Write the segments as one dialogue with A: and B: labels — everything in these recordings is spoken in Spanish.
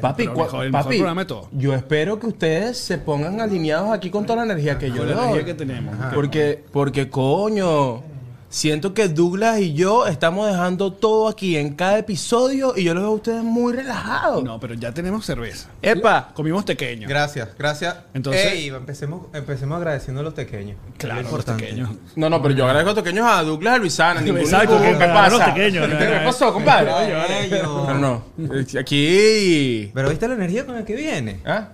A: Papi,
B: Pero el
A: cua-
B: mejor- el mejor
A: papi
B: programa de todo.
A: yo espero que ustedes se pongan alineados aquí con toda la energía que yo
B: Con
A: le
B: la energía
A: doy.
B: que tenemos. ok.
A: Porque, porque coño, siento que Douglas y yo estamos dejando todo aquí en cada episodio y yo los veo a ustedes muy relajados.
B: No, pero ya tenemos cerveza.
A: Epa,
B: Comimos pequeño.
C: Gracias, gracias.
B: Entonces-
C: Ey, empecemos, empecemos agradeciendo a los pequeños.
B: Claro,
C: Es
B: los
C: lo importante.
B: tequeños.
A: no, no, pero yo agradezco a Toqueños a Douglas, a Luisana, a ninguno.
B: Exacto, que
A: ¿qué
B: cagaron
A: pasa?
B: los tequeños,
A: ¿Qué
B: ¿no?
A: me pasó, compadre?
C: Pequeño.
A: Pero no, eh, aquí...
C: Pero viste la energía con la que viene.
A: ¿Ah?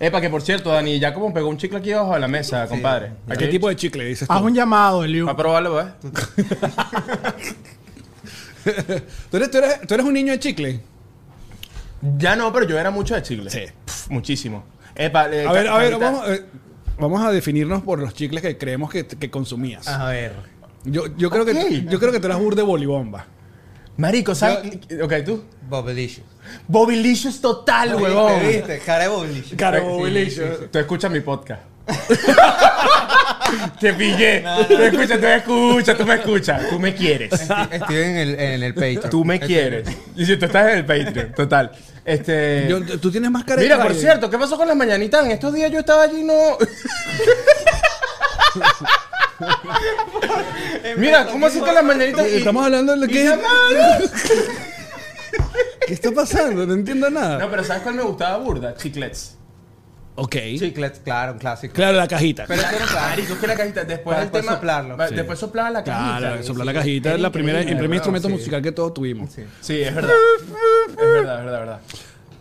A: Epa, que por cierto, Dani, ya como pegó un chicle aquí abajo de la mesa, compadre.
B: ¿A
A: Aquí.
B: qué tipo de chicle dices tú? Ah,
D: Haz un llamado, Eliu.
A: Va a probarlo, ¿eh?
B: ¿Tú eres, tú eres- tú eres un niño de chicle?
A: Ya no, pero yo era mucho de chicle.
B: Sí.
A: Pf, muchísimo. Epa, eh,
B: A ver, a ver,
A: ahorita-
B: vamos, eh, vamos a definirnos por los chicles que creemos que, que consumías.
A: Ah.
C: A ver.
B: Yo, yo, creo que,
A: Ok.
B: yo creo que tú eras burde bolibomba.
A: Marico, ¿sabes? Ok, tú.
C: Bobelicious.
A: Bobilicious total, huevón.
C: ¿Viste? ¿Viste? Cara de Bobelicious.
B: Cara de
A: Eh, Sí,
B: Bobilicious.
A: sí, sí. Tú escuchas mi podcast. te pillé. tú escuchas, tú me escuchas, tú me escuchas. Tú me quieres.
C: Estoy en el, en el Patreon.
A: Tú me quieres. Y si tú estás en el Patreon, total. Este.
B: Yo- tú tienes más cara de
A: Mira, por
B: calle.
A: cierto, ¿qué pasó con las mañanitas? En estos días yo estaba allí y no. Mira, ¿cómo así con las mañanitas? Y-
B: Estamos hablando de lo que... ¿Qué está pasando? No entiendo nada.
A: No, pero ¿sabes cuál me gustaba burda? Chiclets.
B: Ok.
C: Chiclets, claro, un clásico.
B: Claro, la cajita.
C: Pero eso era claro.
A: Marico, es que la cajita, después
C: Para
A: el
C: después
A: tema...
C: soplarlo.
A: va-
C: Sí.
A: Después soplaba la cajita.
B: Claro,
A: Sí,
B: soplar
A: sí.
B: la cajita es la primera, el primer
A: increíble,
B: instrumento
C: sí.
B: musical que todos tuvimos.
C: Sí.
A: Sí, es verdad. es verdad, es verdad, es verdad.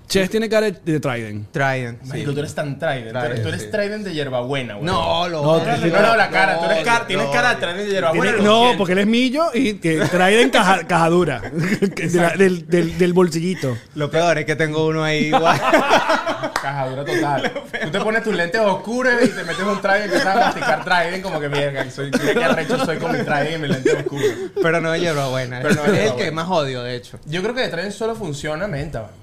B: Ches tiene cara de- de Trident.
C: Trident. sí.
A: Marico, tú eres tan Trident. tú eres- Tú eres
C: sí.
A: Trident de hierbabuena, güey.
C: No, lo
B: No,
C: odio.
B: te-
A: No, no, la cara.
C: Lo
A: Tú eres cara,
C: odio,
A: tienes
C: lo
A: cara de
C: odio.
A: Trident de
B: Tiene-
A: hierbabuena.
B: no, porque él es millo y que trae en caja, caja dura. Que de la- del, del- del bolsillito.
C: Lo peor es que tengo uno ahí igual.
A: Cajadura total. Tú te pones tus lentes oscuros y te metes un Trident y empiezas a masticar Trident como que mierda. que Soy, qué arrecho soy con mi Trident y mis lentes oscuros.
C: Pero no es hierbabuena.
A: Pero no es
C: es el
A: hierbabuena.
C: que más odio, de hecho.
A: Yo creo que de Trident solo funciona menta. güey.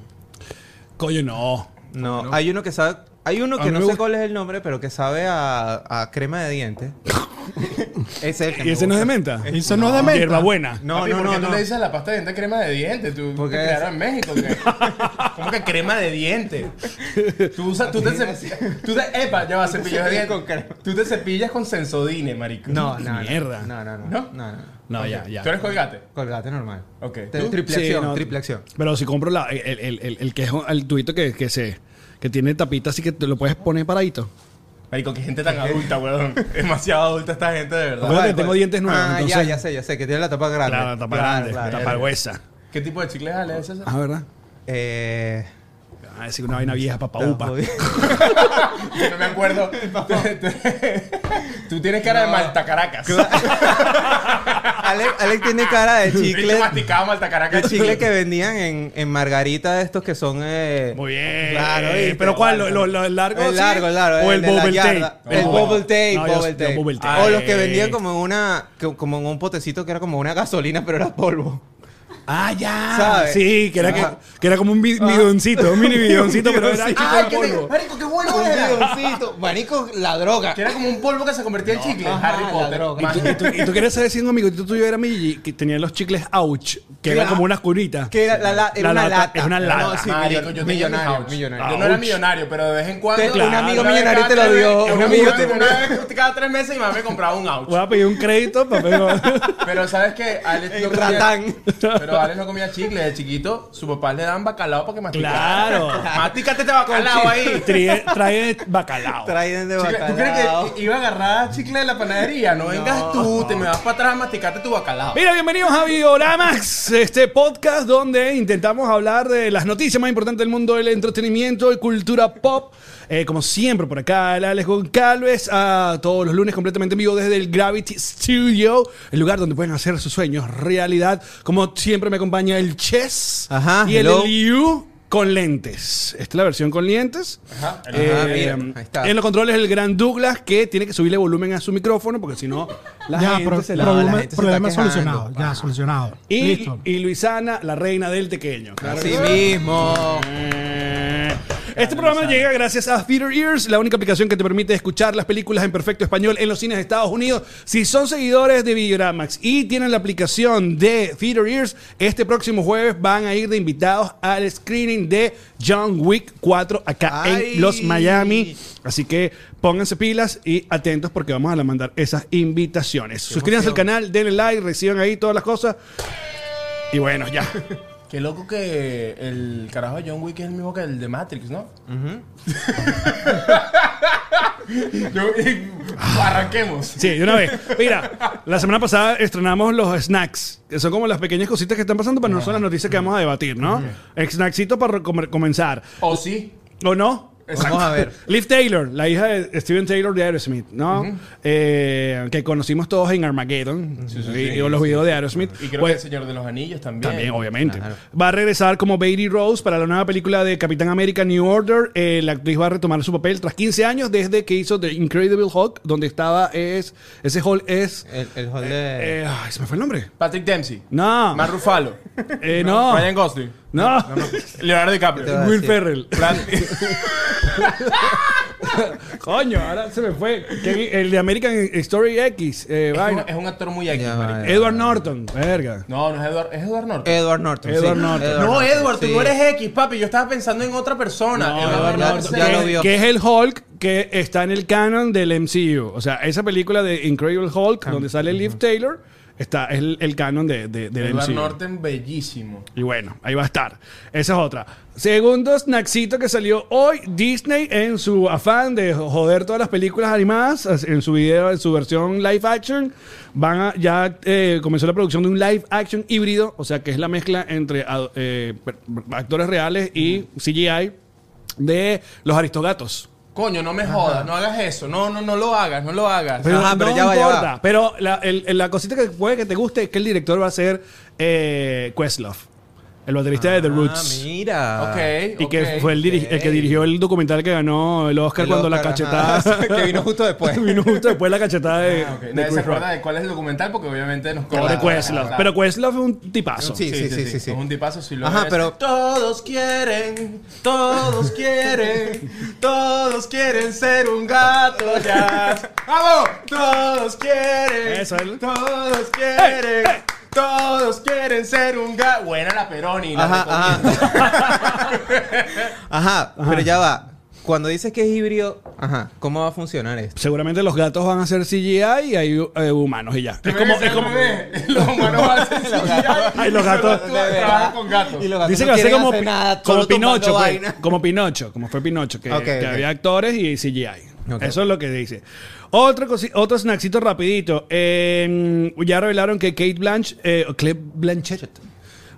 B: Coño, no.
C: No, hay uno que sabe. Hay uno
B: A
C: que
B: mí
C: no
B: me
C: sé
B: gusta-
C: cuál es el nombre, pero que sabe a, a crema de dientes. ese es el que
B: ¿Y
C: me
B: ese no es de
C: gusta.
B: menta?
D: Eso no es de menta.
B: Hierbabuena.
C: No,
A: Papi,
C: no,
A: ¿por qué
C: no.
A: tú
C: no.
A: le dices a la pasta de dientes crema de dientes? Tú
C: ¿Por
A: te
C: qué?
A: crearon en México. ¿qué? ¿Cómo que crema de dientes? Tú usas, tú te cepillas. Tú te, epa, ya va, cepillos de
C: cepillas
A: dientes.
C: con crema.
A: Tú te cepillas con sensodine, marico.
C: No, no, no.
B: Mierda.
C: No, no, no.
A: ¿No?
C: No, no.
B: No, ya, ya.
A: ¿Tú eres colgate?
C: Colgate normal.
A: Ok.
C: Te-
A: ¿Tú?
C: Triple
B: Sí,
C: acción,
B: no.
C: triple acción.
B: Pero si compro la, el, el, el, el que es el tubito que, que se. Que tiene tapita, así que te lo puedes poner paradito.
A: Marico, qué gente tan adulta, weón. Demasiado adulta esta gente, de verdad.
B: Acuérdate
C: Igual,
B: que tengo
C: igual.
B: dientes nuevos,
C: Ah, ya,
B: entonces-
C: ya sé, ya sé, que tiene la tapa grande.
B: Claro, tapa
C: Claro,
B: grande,
C: claro.
B: tapa gruesa.
A: ¿Qué tipo de chicles ale es ese?
B: Ah, ¿verdad?
C: Eh.
B: Ah, decir una vaina vieja, papá upa.
C: jodí.
A: Yo no me acuerdo. tú tienes cara de Malta Caracas.
C: Alex, Alex tiene cara de
A: Chicle
C: chicle.
A: masticado Malta Caracas.
C: De chicle que vendían en, en Margarita, estos que son. Eh,
B: Muy bien.
C: Claro, ¿viste?
B: ¿Pero cuál? ¿Lo, lo- lo- el largo?
C: El
B: así?
C: largo, el largo.
B: ¿O el,
C: de la
B: bubble tape?
C: yarda. El
B: No.
C: bubble tape,
B: No, yo-
C: bubble
B: yo
C: tape.
B: bubble tape.
C: O los que
B: Ay.
C: vendían como en una, que- como en un potecito que era como una gasolina, pero era polvo.
B: Ah, ya.
C: ¿Sabes?
B: Sí, que era, que,
C: Ajá.
B: que era como un bi- bidoncito, un mini bidoncito, pero era chico
A: Ay,
B: de
A: qué rico.
B: polvo.
A: Marico, qué bueno
C: Un
A: era.
C: bidoncito. Marico, la droga.
A: Que era como un polvo que se convertía en chicle.
C: ajá,
A: Harry
C: la
A: Potter.
C: droga.
A: Más-
B: ¿Y tú, y tú querías saber si un amiguito tuyo era Migi, que tenía los chicles ouch, que era
C: Claro.
B: como unas curitas.
C: Que era, la, la- era
B: La
C: una
B: lata,
C: lata.
B: es una lata. Ah,
C: No, sí,
A: Marico,
C: millon-
A: yo tenía mis
C: millonario,
A: ouch.
C: millonario.
A: Yo no era
B: Ouch.
A: millonario, pero de vez en cuando.
C: Te- un amigo
A: Una vez
C: millonario
A: cada
C: te lo
A: tres
C: dio,
A: meses-
C: un
A: una
C: amigo
A: vez-
C: te-
A: Una vez cada tres meses mi mamá me compraba un ouch.
B: Voy a pedir un crédito para pegar-
A: Pero sabes que Alex no
C: El
A: comía,
C: ratán.
A: Pero Alex no comía chicle de chiquito. Su papá le dan bacalao para que masticara.
B: Claro.
A: Mastícate este bacalao ahí.
B: Trae, trae bacalao.
C: Traiden de
A: Chicle,
C: bacalao.
A: ¿Tú crees que iba a agarrar chicle de la panadería? No vengas tú, te me vas para atrás a masticarte tu bacalao.
B: Mira, bienvenidos a Videoramax, este podcast donde intentamos hablar de las noticias más importantes del mundo del entretenimiento y cultura pop. Eh, como siempre, por acá, el Alex Goncalves, ah, todos los lunes completamente en vivo desde el Gravity Studio, el lugar donde pueden hacer sus sueños realidad. Como siempre, me acompaña el Chess
C: Ajá,
B: y
C: hello.
B: el Eliu con lentes. Esta es la versión con lentes.
A: Ajá.
C: Ajá,
B: Eh,
C: Ah, mira, ahí está.
B: En los controles, el gran Douglas, que tiene que subirle volumen a su micrófono, porque si no, la
D: ya,
B: gente
D: pro-
B: se la
C: la
D: problema,
C: gente se
D: problema
C: está quejando.
D: solucionado. Ya, solucionado.
B: y,
D: Listo.
B: y Luisana, la reina del tequeño.
C: Así mismo.
B: Este programa llega gracias a Theater Ears, la única aplicación que te permite escuchar las películas en perfecto español en los cines de Estados Unidos. Si son seguidores de Videogramax y tienen la aplicación de Theater Ears, este próximo jueves van a ir de invitados al screening de John Wick 4 acá
C: Ay.
B: en los Miami. Así que pónganse pilas y atentos porque vamos a mandar esas invitaciones. Suscríbanse al canal, denle like, reciban ahí todas las cosas. Y bueno, ya.
A: Qué loco que el carajo de John Wick es el mismo que el de Matrix, ¿no? Yo- arranquemos.
B: Sí, de una vez. Mira, la semana pasada estrenamos los snacks, que son como las pequeñas cositas que están pasando, pero no son las noticias que vamos a debatir, ¿no? Snacksito para recome- comenzar.
A: O sí.
B: ¿O no?
C: Vamos a ver.
B: Liv Taylor, la hija de Steven Taylor de Aerosmith, ¿no? Eh, que conocimos todos en Armageddon y, y los videos de Aerosmith.
A: Y creo
B: Pues,
A: que el Señor de los Anillos también.
B: también, obviamente.
C: Claro.
B: Va a regresar como Baby Rose para la nueva película de Capitán América New Order. Eh, la actriz va a retomar su papel tras 15 años desde que hizo The Incredible Hulk, donde estaba es ese Hulk es
C: El, el hall de.
B: eh, ay, se me fue el nombre.
A: Patrick Dempsey.
B: No.
A: Mark Ruffalo.
B: Eh, no.
A: Ryan Gosling.
B: No.
A: Leonardo
C: Te va
A: DiCaprio.
C: a
B: Will
C: decir.
B: Ferrell.
A: Brad Pitt.
B: Coño, ahora se me fue. ¿Qué- El de American Story X. eh,
A: es, un,
B: vaina.
A: es un actor muy X,
C: Ya,
A: marico.
C: vale.
B: Edward Norton. Verga.
A: No, no es Edward. ¿Es Edward Norton?
C: Edward Norton.
B: Edward
C: sí.
B: Norton.
A: no, Edward,
C: sí. Ah,
A: tú no eres X, papi. Yo estaba pensando en otra persona.
B: No,
A: Edward
C: ya-
A: Norton.
C: ya lo vi. vio.
B: Que es el Hulk que está en el canon del MCU. O sea, esa película de Incredible Hulk, donde sale Liv Taylor, está es el, el canon de, de- del
A: Edward
B: MCU.
A: Norton, bellísimo.
B: Y bueno, ahí va a estar. Esa es otra. Segundo snacksito que salió hoy, Disney en su afán de joder todas las películas animadas, en su video, en su versión live action, van a, ya eh, comenzó la producción de un live action híbrido, o sea que es la mezcla entre ad- eh, per- actores reales y CGI de los aristogatos.
A: Coño, no me jodas, no hagas eso. No, no, no lo hagas, no lo hagas.
B: Pero
C: Ajá, pero
B: no
C: ya va, ya
B: importa.
C: va.
B: Pero la, el- el- la cosita que puede que te guste es que el director va a ser eh, Questlove, el baterista de The Roots.
C: Ah, mira.
A: Ok.
B: Y que
A: ok.
B: fue el, diri- el que dirigió el documental que ganó el Oscar
C: El
B: cuando la
C: Oscar,
B: cachetada.
C: ajá. que vino justo después.
B: vino justo después la cachetada de.
A: Ah, ok.
B: de
A: Nadie se
B: Chris Rock.
A: acuerda de cuál es el documental porque obviamente nos
B: Pobre
A: cobra.
B: Questlove.
A: Claro.
B: Pero Questlove es un tipazo.
C: Sí. sí.
A: Es un tipazo si lo
C: Ajá,
A: ves.
C: pero-
A: Todos quieren, todos quieren, todos quieren ser un gato jazz. ¡Vamos! Todos quieren,
B: Eso, el-
A: todos quieren, todos quieren ser un gato. Buena la Peroni. la
C: Ajá,
A: recomiendo.
C: ajá. ajá, pero ya va. Cuando dices que es híbrido, ajá, ¿cómo va a funcionar esto?
B: Seguramente los gatos van a ser CGI y hay eh, humanos y ya. Es como.
A: Ves,
B: Es como
A: al revés. los humanos hacen CGI,
B: Ay, los
A: solo
B: gatos.
A: tú trabajas con gatos.
B: Dicen que va a ser como, como Pinocho, pues,
C: vaina.
B: como Pinocho, como fue Pinocho, que,
C: Ok,
B: que
C: ok.
B: había actores y CGI.
C: Ok.
B: Eso es lo que dice. Otro, cosi- otro snackcito rapidito. Eh, ya revelaron que Kate Blanch, eh, o Cate Blanchett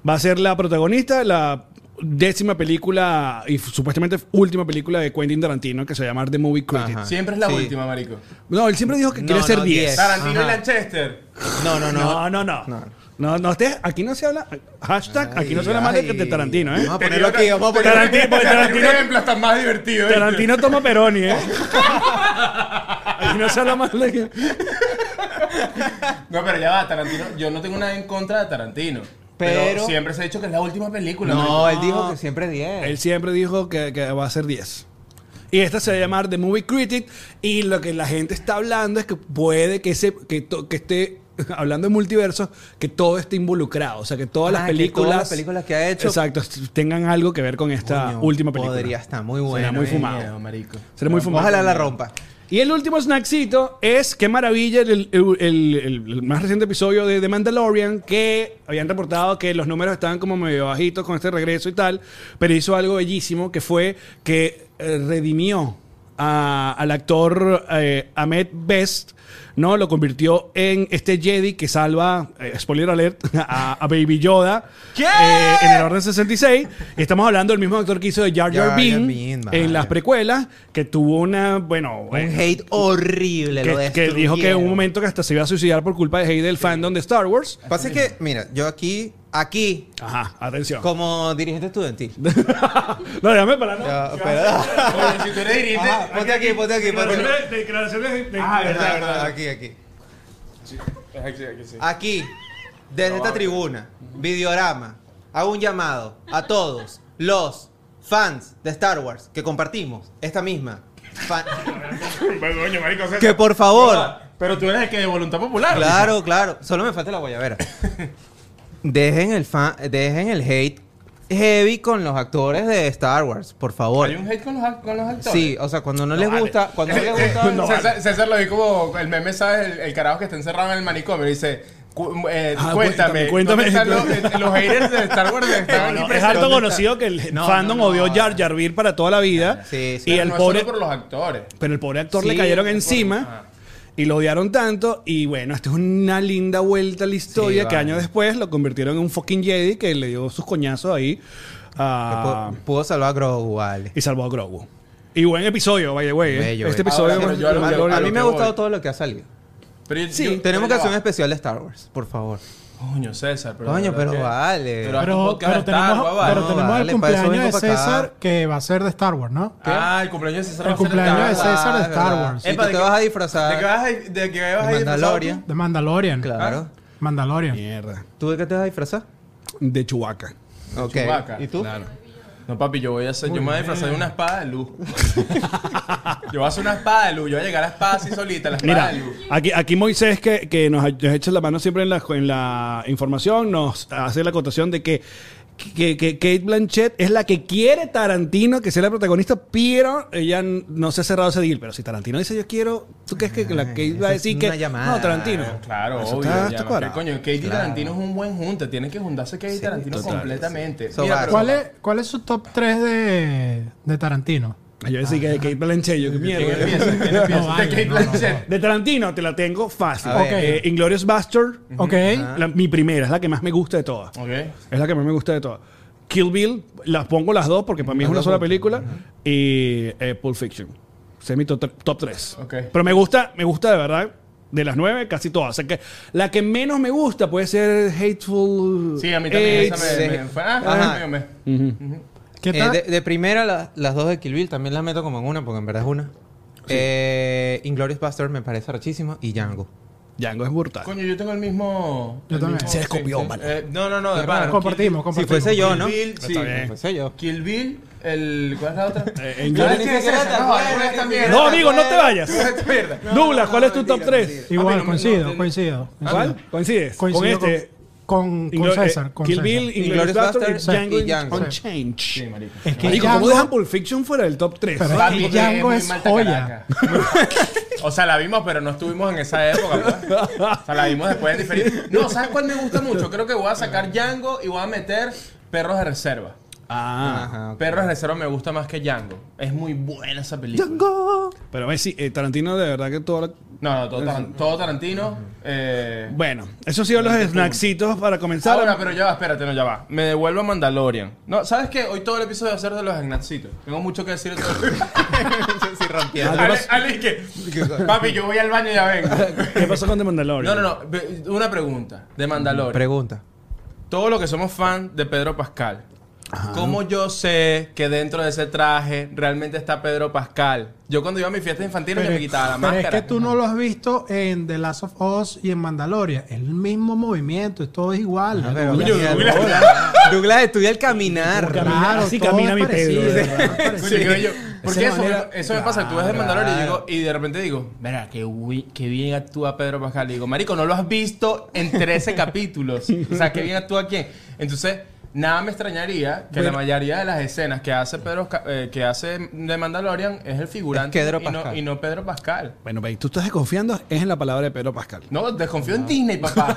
B: va a ser la protagonista de la décima película y f- supuestamente última película de Quentin Tarantino que se va a llamar The Movie Critic.
C: Ajá.
A: Siempre es la
C: Sí.
A: última, marico.
B: No, él siempre dijo que
C: No,
B: quiere
C: no,
B: ser 10.
C: diez.
A: Tarantino y
C: Ajá.
A: Lanchester.
C: No, no, no.
B: No, no, no.
C: No.
B: No, no, ustedes- aquí no se habla, hashtag, aquí no se habla más de,
C: Ay,
B: de Tarantino, ¿eh?
C: Vamos a ponerlo aquí, vamos a ponerlo aquí.
B: Tarantino, porque Tarantino-
A: Por ejemplo, está más divertido. ¿viste?
B: Tarantino toma Peroni, ¿eh? Aquí no se habla más de que...
A: No, pero ya va, Tarantino. Yo no tengo nada en contra de Tarantino. Pero,
C: Pero-
A: siempre se ha dicho que es la última película.
C: No, él dijo
B: No.
C: que siempre 10.
B: Él siempre dijo que, que va a ser 10. Y esta se va a llamar The Movie Critic. Y lo que la gente está hablando es que puede que, ese, que, to- que esté... Hablando de multiversos, que todo esté involucrado. O sea, que todas
C: Ah,
B: las
C: que
B: películas...
C: todas las películas que ha hecho-
B: Exacto, tengan algo que ver con esta
C: Coño,
B: última película.
C: Podría estar muy buena.
B: Será muy
C: eh.
B: fumado.
A: Miedo, marico.
B: Será muy fumado.
C: Ojalá la rompa.
B: Y el último snacksito es qué maravilla el, el- el- el más reciente episodio de The Mandalorian que habían reportado que los números estaban como medio bajitos con este regreso y tal, pero hizo algo bellísimo que fue que eh, redimió a- al actor eh, Ahmed Best, ¿no? Lo convirtió en este Jedi que salva, eh, spoiler alert, a, a Baby Yoda
A: ¿Qué?
B: eh, en el Orden 66. Estamos hablando del mismo actor que hizo de Jar Jar
C: Jar Jar
B: Binks
C: Binks,
B: en las
C: vale.
B: precuelas, que tuvo una, bueno,
C: Un
B: eh,
C: hate horrible. lo
B: que, que dijo que en un
C: destruyeron.
B: momento que hasta se iba a suicidar por culpa de hate del fandom de Star Wars.
C: Pasa que, mira, yo aquí, aquí,
B: Ajá, atención.
C: como dirigente estudiantil.
B: no, déjame para no.
C: Ya, pero-
A: Oye, si tú eres dirigente.
C: Ajá, ponte aquí, ponte aquí, ponte aquí.
B: Declaraciones- declaraciones de-
A: Ah,
C: Ajá,
A: verdad, verdad.
C: Aquí, aquí.
A: Es aquí, aquí, sí.
C: Aquí, desde esta tribuna, videorama, hago un llamado a todos los fans de Star Wars que compartimos esta misma. fan-
A: Bueno, coño, marico, o sea,
C: que por favor.
A: Pero tú eres el que de voluntad popular.
C: Claro, claro. Solo me falta la guayabera. Dejen el fan, dejen el hate heavy con los actores de Star Wars, por favor.
A: Hay un ¿eh? hate con los, act- con los actores.
C: Sí, o sea, cuando no, les
B: vale.
C: gusta, cuando no les gusta,
B: No
A: César, César lo vi como el meme, ¿sabes? El, el carajo que está encerrado en el manicomio. y Dice, cu- eh,
B: Ah,
A: cuéntame,
B: cuéntame,
A: ¿dónde
B: cuéntame.
A: están los, los haters de Star Wars
B: No,
A: están
B: no,
A: aquí
B: es
A: presentes?
B: harto conocido que el
C: No,
B: fandom
C: no, no.
B: odió Jar Jar Binks para toda la vida.
C: Sí, sí.
B: y
A: Pero
B: el
A: no es
B: pobre,
A: solo por los actores.
B: pero el pobre actor
C: Sí,
B: le cayeron
C: por-
B: encima y lo odiaron tanto. Y bueno, esto es una linda vuelta a la historia
C: Sí,
B: que
C: vale.
B: años después lo convirtieron en un fucking Jedi que le dio sus coñazos ahí a-
D: Ah.
C: pudo, pudo salvar a Grogu, vale.
B: y salvó a Grogu. Y buen episodio, by the way. ¿eh?
C: Bello,
B: este
C: bello.
B: episodio
A: Ahora,
B: más-
A: pero yo a lo-
B: más-
A: yo
C: A mí
A: lo
C: me ha
A: que
C: gustado
A: voy.
C: todo lo que ha salido.
A: Pero yo-
B: Sí,
A: yo-
C: Tenemos que
A: pero ya
C: hacer un
A: va.
C: especial de Star Wars, por favor.
A: Coño, César, pero.
C: Coño,
A: de verdad
C: pero
A: que-
C: vale.
A: Pero, haz un
D: Pero,
A: podcast
D: pero
A: de Star
D: tenemos,
A: Wars, vale.
D: pero
C: No,
D: tenemos
C: vale,
D: el
C: para eso
D: cumpleaños de
C: vengo para acá.
D: César que va a ser de Star Wars, ¿no?
A: Ah, el cumpleaños de César.
D: El
A: va a ser
D: cumpleaños
A: Star
D: de
A: Wars.
D: César de
C: es
D: Star
C: verdad.
D: Wars.
C: Y
A: Epa,
C: tú
A: ¿de
C: te
A: qué-
C: vas a
A: ¿De qué
C: disfrazar.
A: vas a ¿Ah? ir- de qué vas a ir?
C: De Mandalorian.
D: De Mandalorian.
C: Claro.
D: Mandalorian.
B: Mierda.
C: ¿Tú de qué te vas a disfrazar?
B: De Chewbacca.
C: Ok.
A: Chewbacca.
C: ¿Y tú?
A: Claro. No, papi, yo voy a hacer. yo me voy a disfrazar de una espada de luz. yo voy a hacer una espada de luz. Yo voy a llegar a la espada así solita, la
B: Mira,
A: espada de luz.
B: aquí, aquí Moisés, que, que nos ha nos ha hecho la mano siempre en la, en la información, nos hace la acotación de que, que, que Kate Blanchett es la que quiere Tarantino que sea la protagonista, pero ella n- no se ha cerrado ese deal. Pero si Tarantino dice yo quiero, ¿tú crees que la
C: Ay,
B: Kate
C: esa
B: va a
C: es
B: decir que
C: una llamada.
B: no, Tarantino?
A: Claro,
B: Eso
A: obvio.
B: está-
A: ya,
B: está
A: ¿qué
B: cuadrado.
A: coño, Kate y
C: Claro.
A: Tarantino es un buen junte. Tienen que juntarse Kate y Tarantino
B: total,
A: completamente.
C: sí.
A: Mira,
C: So
A: pero-
D: ¿Cuál, es, ¿Cuál es su top 3 de, de Tarantino?
B: Yo decía que Kate Blanchett, yo qué
A: ¿Quién
B: mierda.
A: empieza? Este ¿Quién empieza?
D: No
A: De
D: vale,
A: Kate
D: no, no, no.
A: Blanchett.
B: De Tarantino te la tengo fácil.
C: A ver.
B: Eh, Inglorious Bastard,
D: Ok.
B: la- mi primera, es la que más me gusta de todas.
A: Ok.
B: Es la que más me gusta de todas. Kill Bill, las pongo las dos porque para mí es una sola película. Y eh, Pulp Fiction. Semi top, top 3.
A: Ok.
B: Pero me gusta, me gusta de verdad. De las nueve, casi todas. O sea que la que menos me gusta puede ser Hateful.
A: Sí, a mí
B: Eh,
A: también esa
C: Eight,
A: me- me.
C: sí.
A: fue- ah,
C: Ajá.
A: coño, me-
D: ¿Qué
C: Eh,
D: tal?
C: de, de primera, la- las dos de Kill Bill también las meto como en una, porque en verdad es una. Eh, Inglorious Bastard me parece rachísimo y Django.
B: Django es brutal.
A: Coño, yo tengo el mismo.
D: Yo
A: el
D: también.
A: mismo-
B: Se escopió, vale.
A: Eh, no, no, no, de
C: Qué
A: pana.
C: raro.
D: compartimos,
C: Si
D: compartimos.
C: fuese yo, ¿no?
A: Kill Bill, sí.
C: Si fuese yo.
A: Kill Bill, el. ¿Cuál es la otra?
B: Eh, en-
A: ¿Sabes
C: Yo ni
A: qué es
C: siquiera
A: esa?
C: te
A: No,
C: acuerdas,
A: alguna de estas
C: ni
A: mierdas.
B: no, amigo, no te vayas.
A: Esta mierda.
B: Douglas, ¿cuál es tu top 3?
A: A
D: Igual,
A: mí no me-
D: coincido,
A: no-
D: coincido.
B: ¿Cuál? ¿Coincides?
D: Coincido
B: con este.
D: Con, con
B: Inglo-
D: César.
B: eh,
D: Con
B: Kill
D: César.
B: Bill, Inglourious
C: Inglourious
B: Basterds,
C: Basterds
B: Django
C: y Django.
B: Unchanged.
A: Sí, marico.
D: Es que
B: Marico, ¿cómo
D: Django-
B: dejan Pulp Fiction fuera del top 3?
D: Pero-
A: Papi,
D: Django es
A: muy malta
D: joya.
A: caraca. o sea, la vimos, pero no estuvimos en esa época. pues. O sea, la vimos después de diferir. No, ¿sabes cuál me gusta mucho? Creo que voy a sacar Django y voy a meter Perros de Reserva.
B: Ah.
C: Ajá, ok.
A: Perros de Reserva me gusta más que Django. Es muy buena esa película.
B: Pero a ver si eh, Tarantino de verdad que todo... lo-
A: No, no, todo, Taran- todo Tarantino. Eh,
B: Bueno, esos sí son los snacksitos para comenzar.
A: Ahora, pero ya va, espérate, no, ya va. Me devuelvo a Mandalorian. No, ¿sabes qué? Hoy todo el episodio va a ser de los agnacitos. Tengo mucho que decir. de todo.
C: Sí, rompiendo.
A: Ale, Ale, que, papi, yo voy al baño y ya vengo.
B: ¿Qué pasó con The Mandalorian?
A: No, no, no. ve- Una pregunta de Mandalorian.
C: Pregunta.
A: Todos los que somos fan de Pedro Pascal. ¿Cómo yo sé que dentro de ese traje realmente está Pedro Pascal? Yo cuando iba a mi fiesta infantil me quitaba la
D: pero
A: máscara.
D: es que tú no lo has visto en The Last of Us y en Mandalorian. Es el mismo movimiento, es todo
B: Ah,
D: igual.
C: Pero,
A: Coño,
C: mira,
A: Douglas.
C: Douglas, Douglas estudia el caminar.
D: Claro,
B: Así
D: todo
B: camina
D: es
B: mi
D: parecido,
B: Pedro,
D: de
B: ¿verdad?
D: verdad,
A: Coño,
D: parecido.
A: qué bello. Porque
C: esa
A: eso,
C: manera-
A: eso me pasa. Tú ves el Mandalorian y, digo,
C: claro.
A: y de repente digo, mira, qué, wi- qué bien actúa Pedro Pascal. Y digo, marico, no lo has visto en 13 capítulos. O sea, qué bien actúa quién. Entonces, nada me extrañaría que la mayoría de las escenas que hace Pedro Ca- eh, que hace de Mandalorian es el figurante
C: Es Pedro
A: y, no,
C: Pascal.
A: y no Pedro Pascal.
B: Bueno, ve, tú estás desconfiando es en la palabra de Pedro Pascal.
A: No, desconfío en Disney, papá.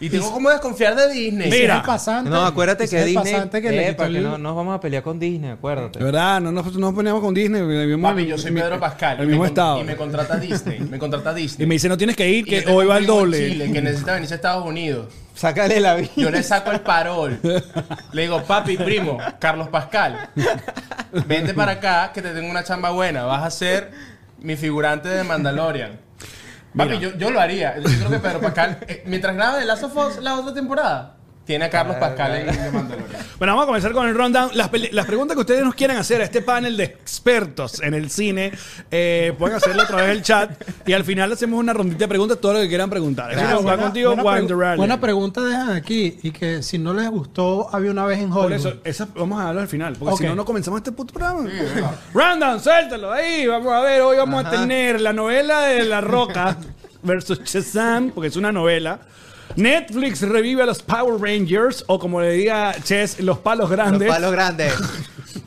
A: y tengo como desconfiar de Disney.
D: Ese es
B: Mira.
D: el pasante,
C: No, acuérdate
D: ese
C: que
D: es el
C: Disney.
D: pasante que le
C: Epa,
D: quitó
C: que
D: el-
C: no nos vamos a pelear con Disney,
B: De
C: acuérdate.
B: verdad, no nos, no nos poníamos con Disney. vivimos
A: Papi,
B: en-
A: yo soy
B: mi-
A: Pedro Pascal.
B: El
A: y me
B: mismo
A: con-
B: estado.
A: Y me contrata Disney. Me contrata Disney.
B: Y me dice, no tienes que ir,
A: Y yo
B: que
A: tengo
B: hoy
A: un
B: va el
A: primo en
B: doble.
A: Chile, que necesita venirse a Estados Unidos.
C: Sácale la vida.
A: Yo le saco el parol. Le digo, papi, primo, Carlos Pascal, vente para acá que te tengo una chamba buena. Vas a ser mi figurante de Mandalorian. Papi, yo, yo lo haría. Yo creo que Pedro Pascal, eh, mientras graba de Last of Us la otra temporada, Tiene a Carlos Pascal en The Mandalorian.
B: Bueno, vamos a comenzar con el rundown. Las, peli- las preguntas que ustedes nos quieran hacer a este panel de expertos en el cine, eh, pueden hacerlo a través del chat y al final hacemos una rondita de preguntas, todo lo que quieran preguntar. Eso nos va contigo, Juan
D: pregu-
B: Durali.
D: buena pregunta dejan aquí y que si no les gustó había una vez en Hollywood.
B: Por eso, esas vamos a hablar al final, porque si
D: Ok.
B: no, no comenzamos este puto programa. Rundown, suéltalo ahí. Vamos a ver, hoy vamos a tener la novela de La Roca versus Shazam, porque es una novela. Netflix revive a los Power Rangers, o como le diga Chess, los palos grandes.
C: Los palos grandes.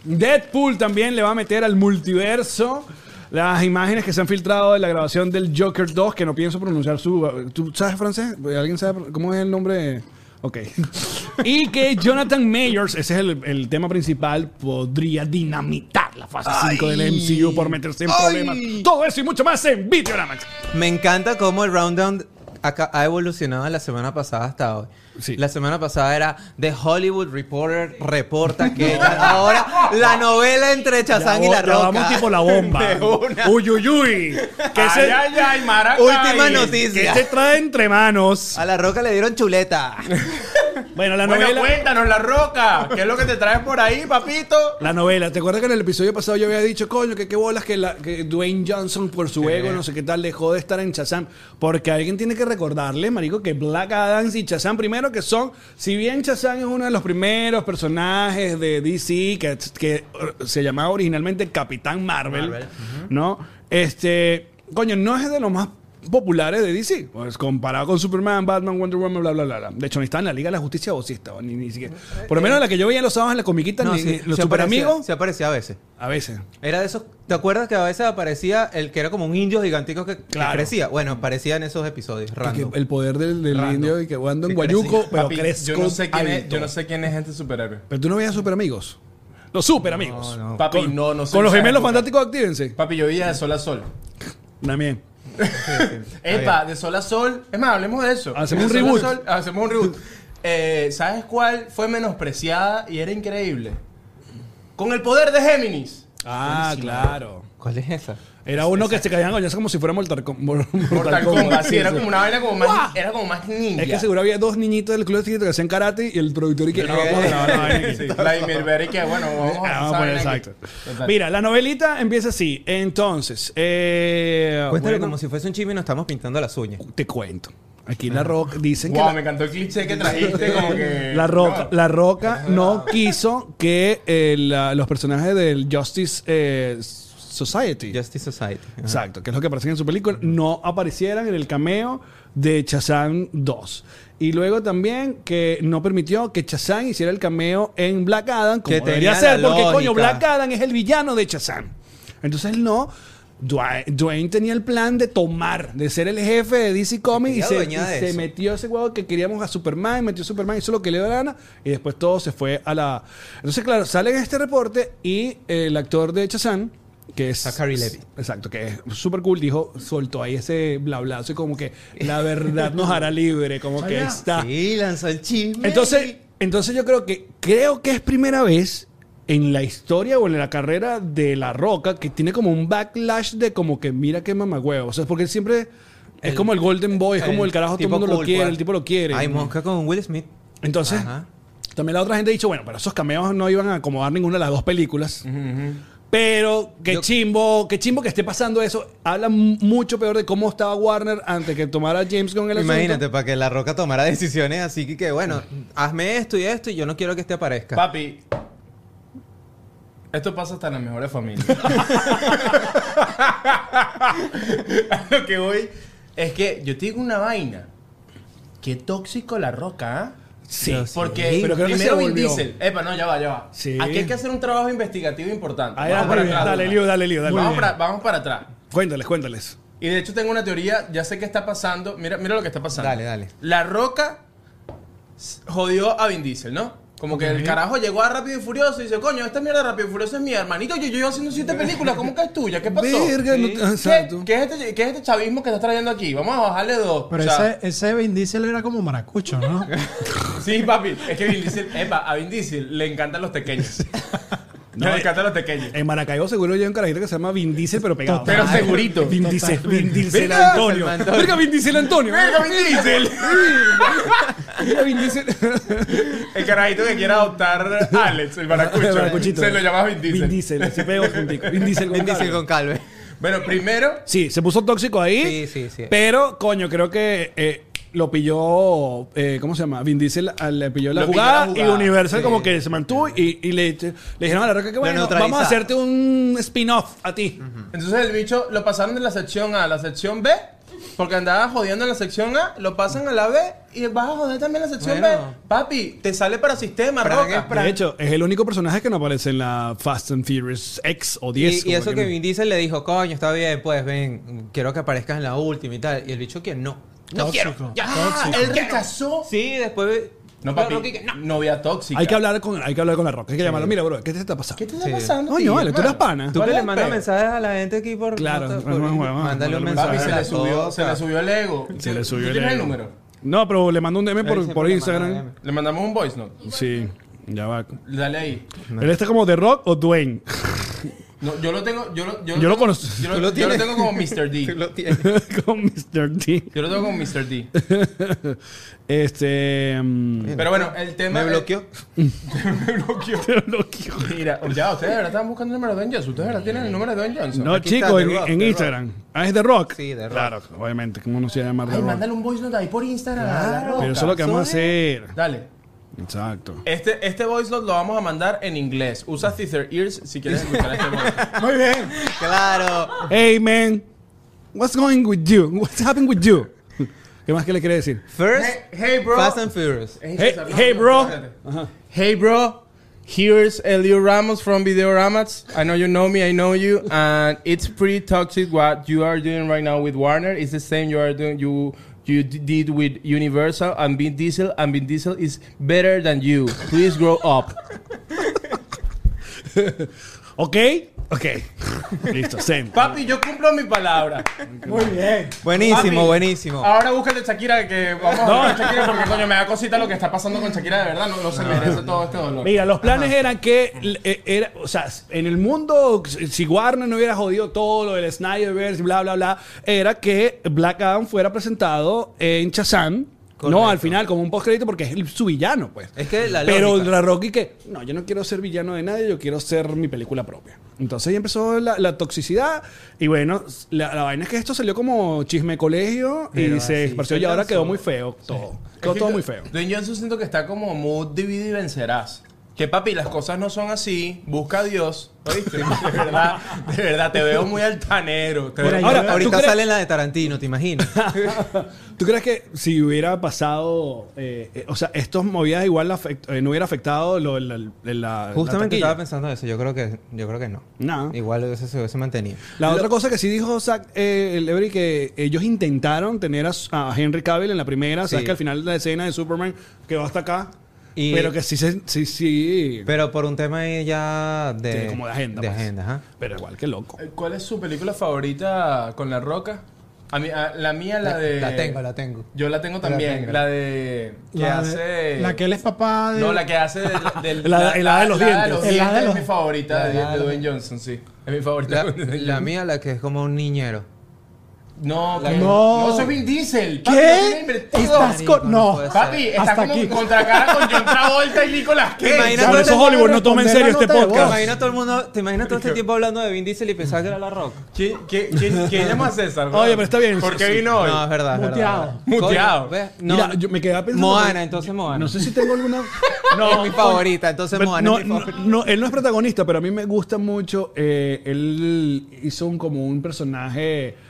B: Deadpool también le va a meter al multiverso. Las imágenes que se han filtrado de la grabación del Joker 2, que no pienso pronunciar su... ¿Tú sabes francés? ¿Alguien sabe cómo es el nombre? Ok. y que Jonathan Mayers, ese es el, el tema principal, podría dinamitar la fase 5 del MCU por meterse en
C: Ay.
B: problemas. Todo eso y mucho más en Videoramax.
C: Me encanta cómo el Rundown acá- ha evolucionado de la semana pasada hasta hoy.
B: Sí.
C: La semana pasada era The Hollywood Reporter reporta que ahora la novela entre Chazán y
B: Ya
C: la
B: ya
C: Roca.
B: vamos tipo la bomba.
C: De una.
B: Uy, uy, uy. Que
A: ay,
B: se,
A: ay, ay, Maracay.
C: Última
B: que
C: noticia.
B: se trae entre manos.
C: A la Roca le dieron chuleta.
B: Bueno, la
A: Bueno, pues,
B: novela...
A: cuéntanos, La Roca. ¿Qué es lo que te traes por ahí, papito?
B: La novela, ¿te acuerdas que en el episodio pasado yo había dicho, coño, que qué bolas que, la- que Dwayne Johnson por su ego, no sé qué tal, dejó de estar en Shazam? Porque alguien tiene que recordarle, marico, que Black Adams y Shazam primero que son, si bien Shazam es uno de los primeros personajes de DC que, que uh, se llamaba originalmente Capitán Marvel,
C: Marvel,
B: ¿no? Este, coño, no es de los más populares de DC, pues comparado con Superman, Batman, Wonder Woman, bla, bla, bla, bla. De hecho, ni está en la Liga de la Justicia o sí estaba, ni, ni siquiera. Por lo menos la que yo veía los sábados en la comiquita, ni- ni- los
C: se
B: super
C: aparecía-
B: amigos.
C: Se aparecía a veces.
B: A veces.
C: Era de esos. ¿Te acuerdas que a veces aparecía el que era como un indio gigantico que, que
B: Claro.
C: crecía? Bueno, aparecía en esos episodios.
B: Que
C: Random.
B: el poder del, del
C: Random.
B: indio y que ando en
C: Que
B: Guayuco,
C: crecí.
B: pero
A: Papi,
B: crezco.
A: yo no sé quién es,
B: alto.
A: yo no sé quién es este superhéroe.
B: Pero tú no veías super amigos. Los super amigos.
C: No, no.
A: Papi,
B: Con,
A: no, no sé
B: con los
A: esa
B: gemelos
A: época.
B: fantásticos, actívense.
A: Papi, yo vivía de sol a sol.
B: También.
A: Epa, de sol a sol. Es más, hablemos de eso.
B: Hacemos
A: De
B: un
A: sol a
B: reboot.
A: sol, hacemos un reboot. Eh, ¿Sabes cuál fue menospreciada y era increíble? Con el poder de Géminis.
B: Ah, claro.
C: ¿Cuál es esa?
B: Era uno que se caían coñazos como si fuera Mortal Com- Mor- Mortal
A: Mortal Kombat, sí, era
B: eso.
A: como una vaina como más, era como más ninja.
B: Es que seguro había dos niñitos del club de chiquito que hacían karate y el productor y que no, vamos a grabar una vaina aquí.
A: Sí, Vladimir Beric, que bueno, vamos
B: Ah,
A: a
B: bueno,
A: esa vaina aquí.
B: exacto. Mira, la novelita empieza así. Entonces, eh,
C: Cuéntalo
B: bueno,
C: como si fuese un chisme y nos estamos pintando las uñas.
B: te cuento. Aquí la rock dicen que
A: Wow,
B: la-
A: me encantó el cliché que trajiste, como que...
B: La Roca,
A: No.
B: la Roca no quiso que eh, la- los personajes del Justice eh, Society,
C: Justice Society. Ajá.
B: exacto, que es lo que aparecen en su película, no aparecieran en el cameo de Shazam 2. Y luego también que no permitió que Shazam hiciera el cameo en Black Adam, como
C: Que
B: debería
C: tenía
B: ser,
C: la
B: porque coño,
C: lógica.
B: Black Adam es el villano de Shazam. Entonces él no. Dwayne, Dwayne tenía el plan de tomar, de ser el jefe de DC Comics y
C: Quería
B: se,
C: dueña
B: y
C: de
B: se
C: eso.
B: metió ese huevo que queríamos a Superman, metió a Superman, hizo lo que le dio la gana y después todo se fue a la... Entonces, claro, sale este reporte y eh, el actor de Chazán, que es...
C: Zachary Levi.
B: Exacto, que es súper cool, dijo, soltó ahí ese blablazo y como que la verdad nos hará libre, como que está...
C: Sí, lanzó el chisme.
B: Ah. Entonces, entonces yo creo que creo que es primera vez en la historia o en la carrera de La Roca que tiene como un backlash de como que mira qué mamagüevo. O sea, es porque él siempre es como el Golden Boy, es como el carajo, todo el
C: tipo
B: mundo lo
C: cool,
B: quiere,
C: pues.
B: el tipo lo quiere.
C: Hay mosca con Will Smith.
B: Entonces,
C: Ajá.
B: también la otra gente ha dicho, bueno, pero esos cameos no iban a acomodar ninguna de las dos películas. Pero qué
C: Yo-
B: chimbo, qué chimbo que esté pasando eso. Habla m- mucho peor de cómo estaba Warner antes que tomara James Gunn el asunto.
C: Imagínate, para que la roca tomara decisiones así que, que, bueno, hazme esto y esto y yo no quiero que este aparezca.
A: Papi, esto pasa hasta en las mejores familias. A lo que voy es que yo te digo una vaina. Qué tóxico la roca, ¿ah?
B: Sí.
C: Dios.
A: Porque
C: Sí,
B: pero creo que
A: primero
B: se
A: Vin
B: volvió.
A: Diesel. Epa, no, ya va, ya va.
B: Sí.
A: Aquí hay que hacer un trabajo investigativo importante.
B: Ahí, dale, dale, Liu, dale, Liu, dale.
A: vamos,
B: Muy
A: para,
B: bien.
A: vamos para atrás.
B: Cuéntales, cuéntales.
A: Y de hecho tengo una teoría, ya sé qué está pasando. Mira, mira lo que está pasando.
C: Dale, dale.
A: La Roca s- jodió a Vin Diesel, ¿no? Como que el carajo llegó a Rápido y Furioso y dice, coño, esta mierda de Rápido y Furioso es mi hermanito. Yo yo llevo haciendo siete películas, ¿cómo que es tuya? ¿Qué pasó?
B: Verga, no- ah,
A: ¿Sí?
B: exacto.
A: ¿Qué, qué es este, qué es este chavismo que estás trayendo aquí? Vamos a bajarle dos.
D: Pero
A: O sea,
D: ese, ese Vin Diesel era como maracucho, ¿no?
A: Sí, papi, es que Vin Diesel, epa, a Vin Diesel le encantan los pequeños.
B: No,
A: le
B: eh,
A: encantan los pequeños.
B: En Maracaibo seguro hay un carajito que se llama Vin Diesel, pero pegado.
A: Pero segurito.
B: Vin Diesel, Vin Diesel
A: Venga,
B: Antonio.
C: Salman Antonio.
B: Verga, Vin Diesel Antonio.
A: Venga, Vin Diesel.
B: Y a Vin Diesel.
A: El carajito que quiere adoptar a Alex, el
B: El
A: baracucho.
B: barracuchito.
A: se lo llamas Vin
B: Vin
A: Diesel.
B: Diesel, siempre vemos juntico. Vin Diesel con
C: Vin Diesel
B: cara.
C: con Calve.
A: Bueno, primero,
B: Sí, se puso tóxico ahí.
C: Sí, sí, sí.
B: Pero, coño, creo que eh, lo pilló. eh, ¿Cómo se llama? Vin Diesel al- le pilló la,
A: Lo pilló
B: jugada,
A: la jugada,
B: y Universal,
C: sí.
B: como que se mantuvo y, y le, le dijeron a la roca que bueno,
C: neutralizaron.
B: vamos a hacerte un spin-off a ti.
A: entonces el bicho lo pasaron de la sección A a la sección B. Porque andaba jodiendo en la sección A, lo pasan a la B y vas a joder también en la sección
C: Bueno.
A: B. Papi, te sale para sistema,
C: Frank
A: roca.
C: es Frank.
B: De hecho, es el único personaje que no aparece en la Fast and Furious X o 10.
C: Y, y
B: como
C: eso que
B: no.
C: Vin Diesel le dijo, coño, está bien, pues ven, quiero que aparezcas en la última y tal. Y el bicho que no. No quiero. Ya.
A: Ah, él rechazó.
C: Sí, después.
A: No,
C: Pero
A: papi,
C: que- no.
A: novia tóxica.
B: Hay que hablar con, hay que hablar con la roca. Hay que llamarlo. Mira, bro, ¿qué te está pasando?
A: ¿Qué te está
C: Sí.
A: pasando?
B: Coño,
A: tío,
B: vale, tú eres
A: hermano?
B: pana.
C: Tú
A: ¿Cuál
C: que
A: es
C: le
A: el
C: mandas
A: peo?
C: mensajes a la gente aquí por.
B: Claro,
C: no te-
B: no es
C: por-
B: un huevón,
C: Mándale un
B: mándale un
C: mensaje.
A: Papi,
C: a
A: se
C: la
A: le subió,
C: toca.
A: se le subió el ego.
B: Se le
A: ¿Tú
B: subió el
A: ¿Tienes el
B: ego.
A: número?
B: No, pero le mandó un DM por,
C: Ahí se
B: por
C: puede
B: Instagram.
C: mandar
A: Le mandamos un voice note.
B: Sí, ya va.
A: Dale ahí.
B: Él está como The Rock o Dwayne.
A: No, yo lo tengo. Yo lo, yo
B: Yo lo
A: tengo-
B: conozco.
C: Tú
A: Yo lo,
C: lo
A: yo lo
C: tienes.
A: tengo como Mr.
C: Tú
A: D.
C: lo tienes.
B: con Mr. D.
A: Yo lo tengo como Mr. D.
B: Este. mm,
A: Pero bueno, el tema.
C: Me bloqueó.
A: Me bloqueó.
B: pero no quiero.
A: Mira, ya, ustedes de verdad estaban buscando el número de Don Johnson. Ustedes de verdad tienen el número de Don Johnson.
B: No,
C: Aquí está,
B: chicos,
C: The
B: en,
C: Rock,
B: en
C: The
B: Instagram. Ah, es The Rock.
C: Sí, The Rock.
B: Claro, obviamente, ¿cómo no se llama The
A: Ay,
B: Rock?
A: mándale un voice note ahí por Instagram. a la
B: Pero eso
A: loca.
B: es lo que vamos a
C: Soy-
B: hacer.
A: Dale.
B: Exacto.
A: Este, este voice note lo vamos a mandar en inglés. Usa Tether Ears si quieres escuchar este voice note.
B: Muy bien.
C: Claro.
B: Hey, man. What's going with you? What's happening with you? ¿Qué más que le quiere decir?
C: First,
A: Hey, hey, bro.
C: Fast and Furious.
A: Hey,
B: Hey,
A: César, no,
B: hey,
A: no,
B: bro.
A: espérate. Hey, bro. Here's Elio Ramos from Video Ramos. I know you know me, I know you, and it's pretty toxic what you are doing right now with Warner. It's the same you are doing you you d- did with Universal and Vin Diesel, and Vin Diesel is better than you. Please grow up.
B: ¿Ok? Ok. Listo, same.
A: Papi, yo cumplo mi palabra.
D: Muy bien.
C: Buenísimo,
A: Papi,
C: buenísimo.
A: Ahora búscate Shakira que vamos a hablar de Shakira porque coño me da cosita lo que está pasando con Shakira de verdad, no, no se merece todo este dolor.
B: Mira, los planes eran que, eh, era, o sea, en el mundo, si Warner no hubiera jodido todo lo del Snyderverse, bla, bla, bla, era que Black Adam fuera presentado en Shazam,
C: Correcto.
B: no al final como un postcrédito porque es el- su villano, pues.
C: Es que la
B: Pero
C: lógica.
B: la Rocky que, no, yo no quiero ser villano de nadie, yo quiero ser mi película propia. Entonces ya empezó la, la toxicidad y bueno, la, la vaina es que esto salió como chisme de colegio y
C: Pero
B: se
C: así
B: esparció
C: se
B: y ahora
C: lanzó.
B: quedó muy feo todo. Quedó todo muy feo.
A: Dwayne Johnson siento que está como mood divide y vencerás. Que papi, las cosas no son así. Busca a Dios. ¿Oíste? De verdad, de verdad, te veo muy altanero. Te veo-
D: Mira, yo-
B: Ahora, ¿tú
C: Ahorita
B: crees-
C: sale la de Tarantino, te imagino.
B: ¿Tú crees que si hubiera pasado, eh, eh, o sea, estos movidas igual afect- eh, no hubiera afectado lo, de la, de la-
C: Justamente
B: la,
C: estaba
B: taquilla?
C: pensando eso. Yo creo que, yo creo que no.
B: No.
C: Igual eso se hubiese mantenido.
B: La otra cosa que sí dijo Zack eh, el Every que ellos intentaron tener a, su- a Henry Cavill en la primera, sabes
C: Sí.
B: que al final de la escena de Superman quedó hasta acá,
C: Y-
B: pero que sí se- sí sí,
C: Pero por un tema ahí ya de.
B: Sí, como de agenda,
C: De
B: pues.
C: agenda, ajá.
B: pero igual que loco.
A: Eh, ¿Cuál es su película favorita con La Roca? A mí, a- la mía, la, de.
C: La tengo, la tengo.
A: Yo la tengo también. La,
C: tengo.
A: de. Que
D: La,
A: hace.
D: de- la que él es papá de.
A: No, la que hace. del- del-
B: La- el hada de los
A: hada
B: dientes.
D: El hada de
A: es
D: los-
A: mi favorita
C: La
A: de,
C: hada
A: de
C: de-
A: Dwayne Johnson, sí. Es mi favorita.
C: La, la mía, la que es como un niñero.
A: No,
C: La-
A: que-
D: No.
A: no, soy Vin Diesel. Papi, no tiene
D: ¿Qué?
A: invertido.
D: Estás
C: no
D: con. No.
C: puede ser.
A: Papi, está
D: Hasta
A: como
D: aquí.
A: contra cara con John Travolta y Nicolas Cage.
C: Imagínate-
B: Por eso
D: te voy a
B: Hollywood no toma en
D: responder
B: serio
D: la
B: este
D: nota de
C: Te
B: podcast.
C: imaginas todo el mundo, te imaginas todo este tiempo hablando de Vin Diesel y pensaba que era la rock.
A: ¿Quién, quién, quién, quién llama a César?
B: Oye, pero está bien.
A: ¿Por qué
B: Sí.
A: vino hoy?
C: No, es verdad. es verdad, es
D: Muteado.
C: verdad.
A: Muteado.
C: Coño, ¿ves? No,
B: Mira, yo me quedaba pensando
C: Moana, entonces Moana.
B: No sé si tengo alguna
C: es mi favorita, entonces
B: Pero
C: Moana
B: no,
C: es mi
B: no,
C: favorita.
B: no, él no es protagonista, pero a mí me gusta mucho. eh, él hizo un, como un personaje.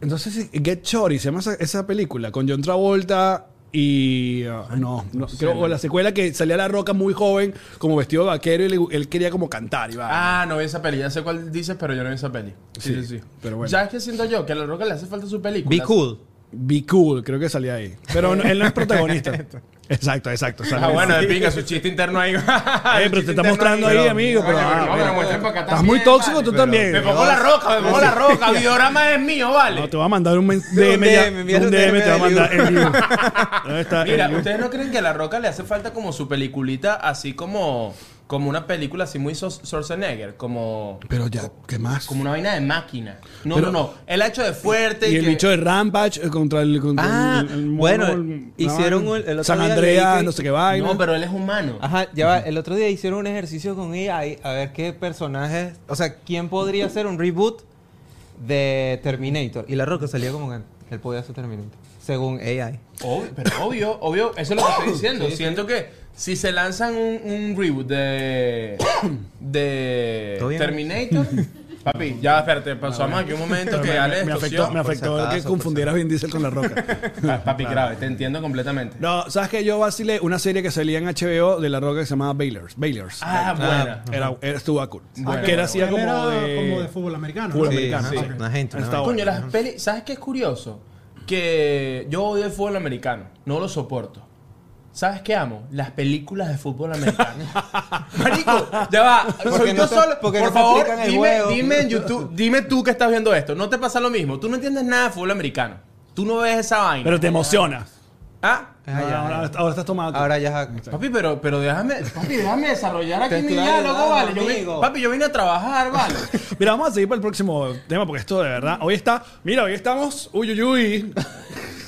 B: Entonces, sí, Get Shorty se llama esa, esa película con John Travolta y. ah, no, no, creo, o la secuela que salía La Roca muy joven, como vestido de vaquero y le- él quería como cantar. Y va.
A: Ah, no vi esa peli. Ya sé cuál dices, pero yo no vi esa peli.
B: Sí,
A: Sí, sí, sí.
B: pero bueno.
A: Ya es que siento yo que a La Roca le hace falta su película.
C: Be cool.
B: Be cool, creo que salía ahí. Pero no- él no es protagonista. exacto, exacto.
A: Ah, bueno, de pinga, su chiste interno ahí.
B: Eh, pero te está mostrando ahí, amigo. pero, ah,
A: no, me
B: bueno.
A: lo muestras para acá
B: Estás
A: también,
B: muy tóxico
A: vale.
B: tú también.
A: Me pongo la roca, me pongo la roca. Videorama es mío, vale.
B: No, te voy a mandar un men- DM, ya.
C: DM,
B: un
C: envíale un
B: DM, te va a
C: DM de
B: mandar en vivo. ¿Dónde está?
A: Mira,
B: En vivo.
A: ¿ustedes no creen que a La Roca le hace falta como su peliculita así como como una película así muy Sos- Schwarzenegger, como,
B: Pero ya, ¿qué más?
A: como una vaina de máquina. No,
B: Pero-
A: no, no. Él ha hecho de fuerte.
B: Y el
A: que-
B: bicho de Rampage eh, contra el. contra
C: Ah,
B: el- el mono,
C: bueno,
B: el-
C: hicieron
B: la-
C: el- el otro
B: San
C: día leí
B: Andreas,
C: que-
B: no sé qué vaina.
A: No, pero él es humano.
C: Ajá, ya va. El otro día hicieron un ejercicio con ella a ver qué personajes. O sea, ¿quién podría hacer un reboot de Terminator? Y la Roca salía como que él podía hacer Terminator. Según AI.
A: Obvio, pero obvio, obvio, eso es lo que estoy diciendo.
C: Sí, sí.
A: Siento que si se lanzan un, un reboot de, de
C: ¿Todo bien?
A: Terminator, papi, ya espérate, pasamos aquí un momento
B: Pero
A: que
B: me,
A: dale
B: me- me afectó, me afectó
C: Por si
B: que
C: acaso,
B: confundieras Vin Diesel con La Roca.
A: Papi, grave, te entiendo completamente.
B: No, ¿sabes que Yo vacilé una serie que salía en HBO de La Roca que se llamaba Baylors. Baylors.
A: Ah, buena.
B: Era, era, estuvo cool.
A: Bueno,
B: que
A: bueno,
B: era así
D: Él era
B: como de...
D: como de fútbol americano.
B: Fútbol
D: ¿no?
B: americano,
C: sí,
B: sí.
C: una gente,
B: Está bueno.
C: ¿no?
A: Coño, las pelis, ¿sabes qué es curioso? Que yo odio el fútbol americano, no lo soporto. ¿Sabes qué amo? Las películas de fútbol americano. Marico, ya va.
C: Porque
A: Soy
C: no
A: yo
C: te-
A: solo. Por
C: porque no te
A: favor,
C: explican el
A: dime,
C: juego.
A: dime en YouTube, dime tú que estás viendo esto. No te pasa lo mismo. Tú no entiendes nada de fútbol americano. Tú no ves esa vaina.
B: Pero te emociona.
A: ah,
C: Ah,
B: Ahora,
C: ya,
B: ahora-
C: ya.
B: ahora estás tomado.
C: Ahora ya.
A: papi, pero, pero déjame, papi, déjame desarrollar aquí
C: Te
A: mi
C: estoy
A: diálogo,
C: ayudando,
A: vale. Yo vine-
C: amigo.
A: papi, yo vine a trabajar, vale.
B: Mira, vamos a seguir para el próximo tema porque esto de verdad. Hoy está. Mira, hoy estamos. Uy, uy, uy.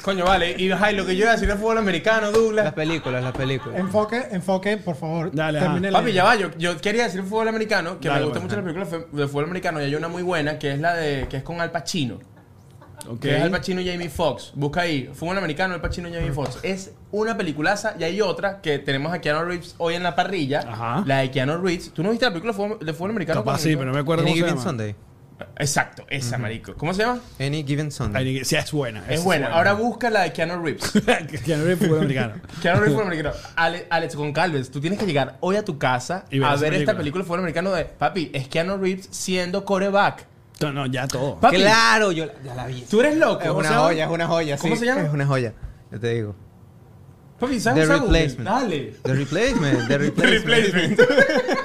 A: Coño, vale. Y ay, lo que yo iba a decir de fútbol americano, Douglas.
C: Las películas, las películas.
D: Enfoque, enfoque, por favor.
B: Dale,
D: termine la
A: Papi, ya va, yo, yo quería decir fútbol americano, que
B: Dale,
A: me gusta
B: pues,
A: mucho la película fe- de fútbol americano y hay una muy buena que es la de que es con Al Pacino,
B: Ok.
A: que es Al Pacino y Jamie Foxx. Busca ahí, fútbol americano, Al Pacino y Jamie Foxx. Es una peliculaza y hay otra que tenemos a Keanu Reeves hoy en la parrilla,
B: Ajá.
A: la de Keanu Reeves. ¿Tú no viste la película de fútbol, de fútbol americano?
B: Capaz
A: con-
B: sí, pero no me acuerdo
C: Any
B: cómo se
C: Given
B: llama.
C: Sunday.
A: Exacto, esa, marico. ¿Cómo se llama?
C: Any Given Sunday.
B: Ay, Ah, sí, es buena. esa
A: Es buena. Ahora busca la de Keanu Reeves.
B: que no es fútbol americano.
A: Keanu Reeves fútbol americano. Ale- Alex Goncalves, tú tienes que llegar hoy a tu casa
B: Y ver
A: a
B: esa
A: ver esta
B: película.
A: película de fútbol americano de, papi, es Keanu Reeves siendo coreback.
B: No, no, ya todo.
A: Papi,
C: Claro, yo la- ya la vi.
A: tú eres loco.
C: Es
A: o
C: una
A: sea,
C: joya, es una joya.
A: ¿Cómo
C: sí.
A: se llama?
C: Es una joya. Ya te digo.
A: Papi,
C: The
A: ¿sabes usar Google?
C: Replacement.
A: Dale.
C: The Replacement. The
A: The
C: Replacement.
A: Replacement.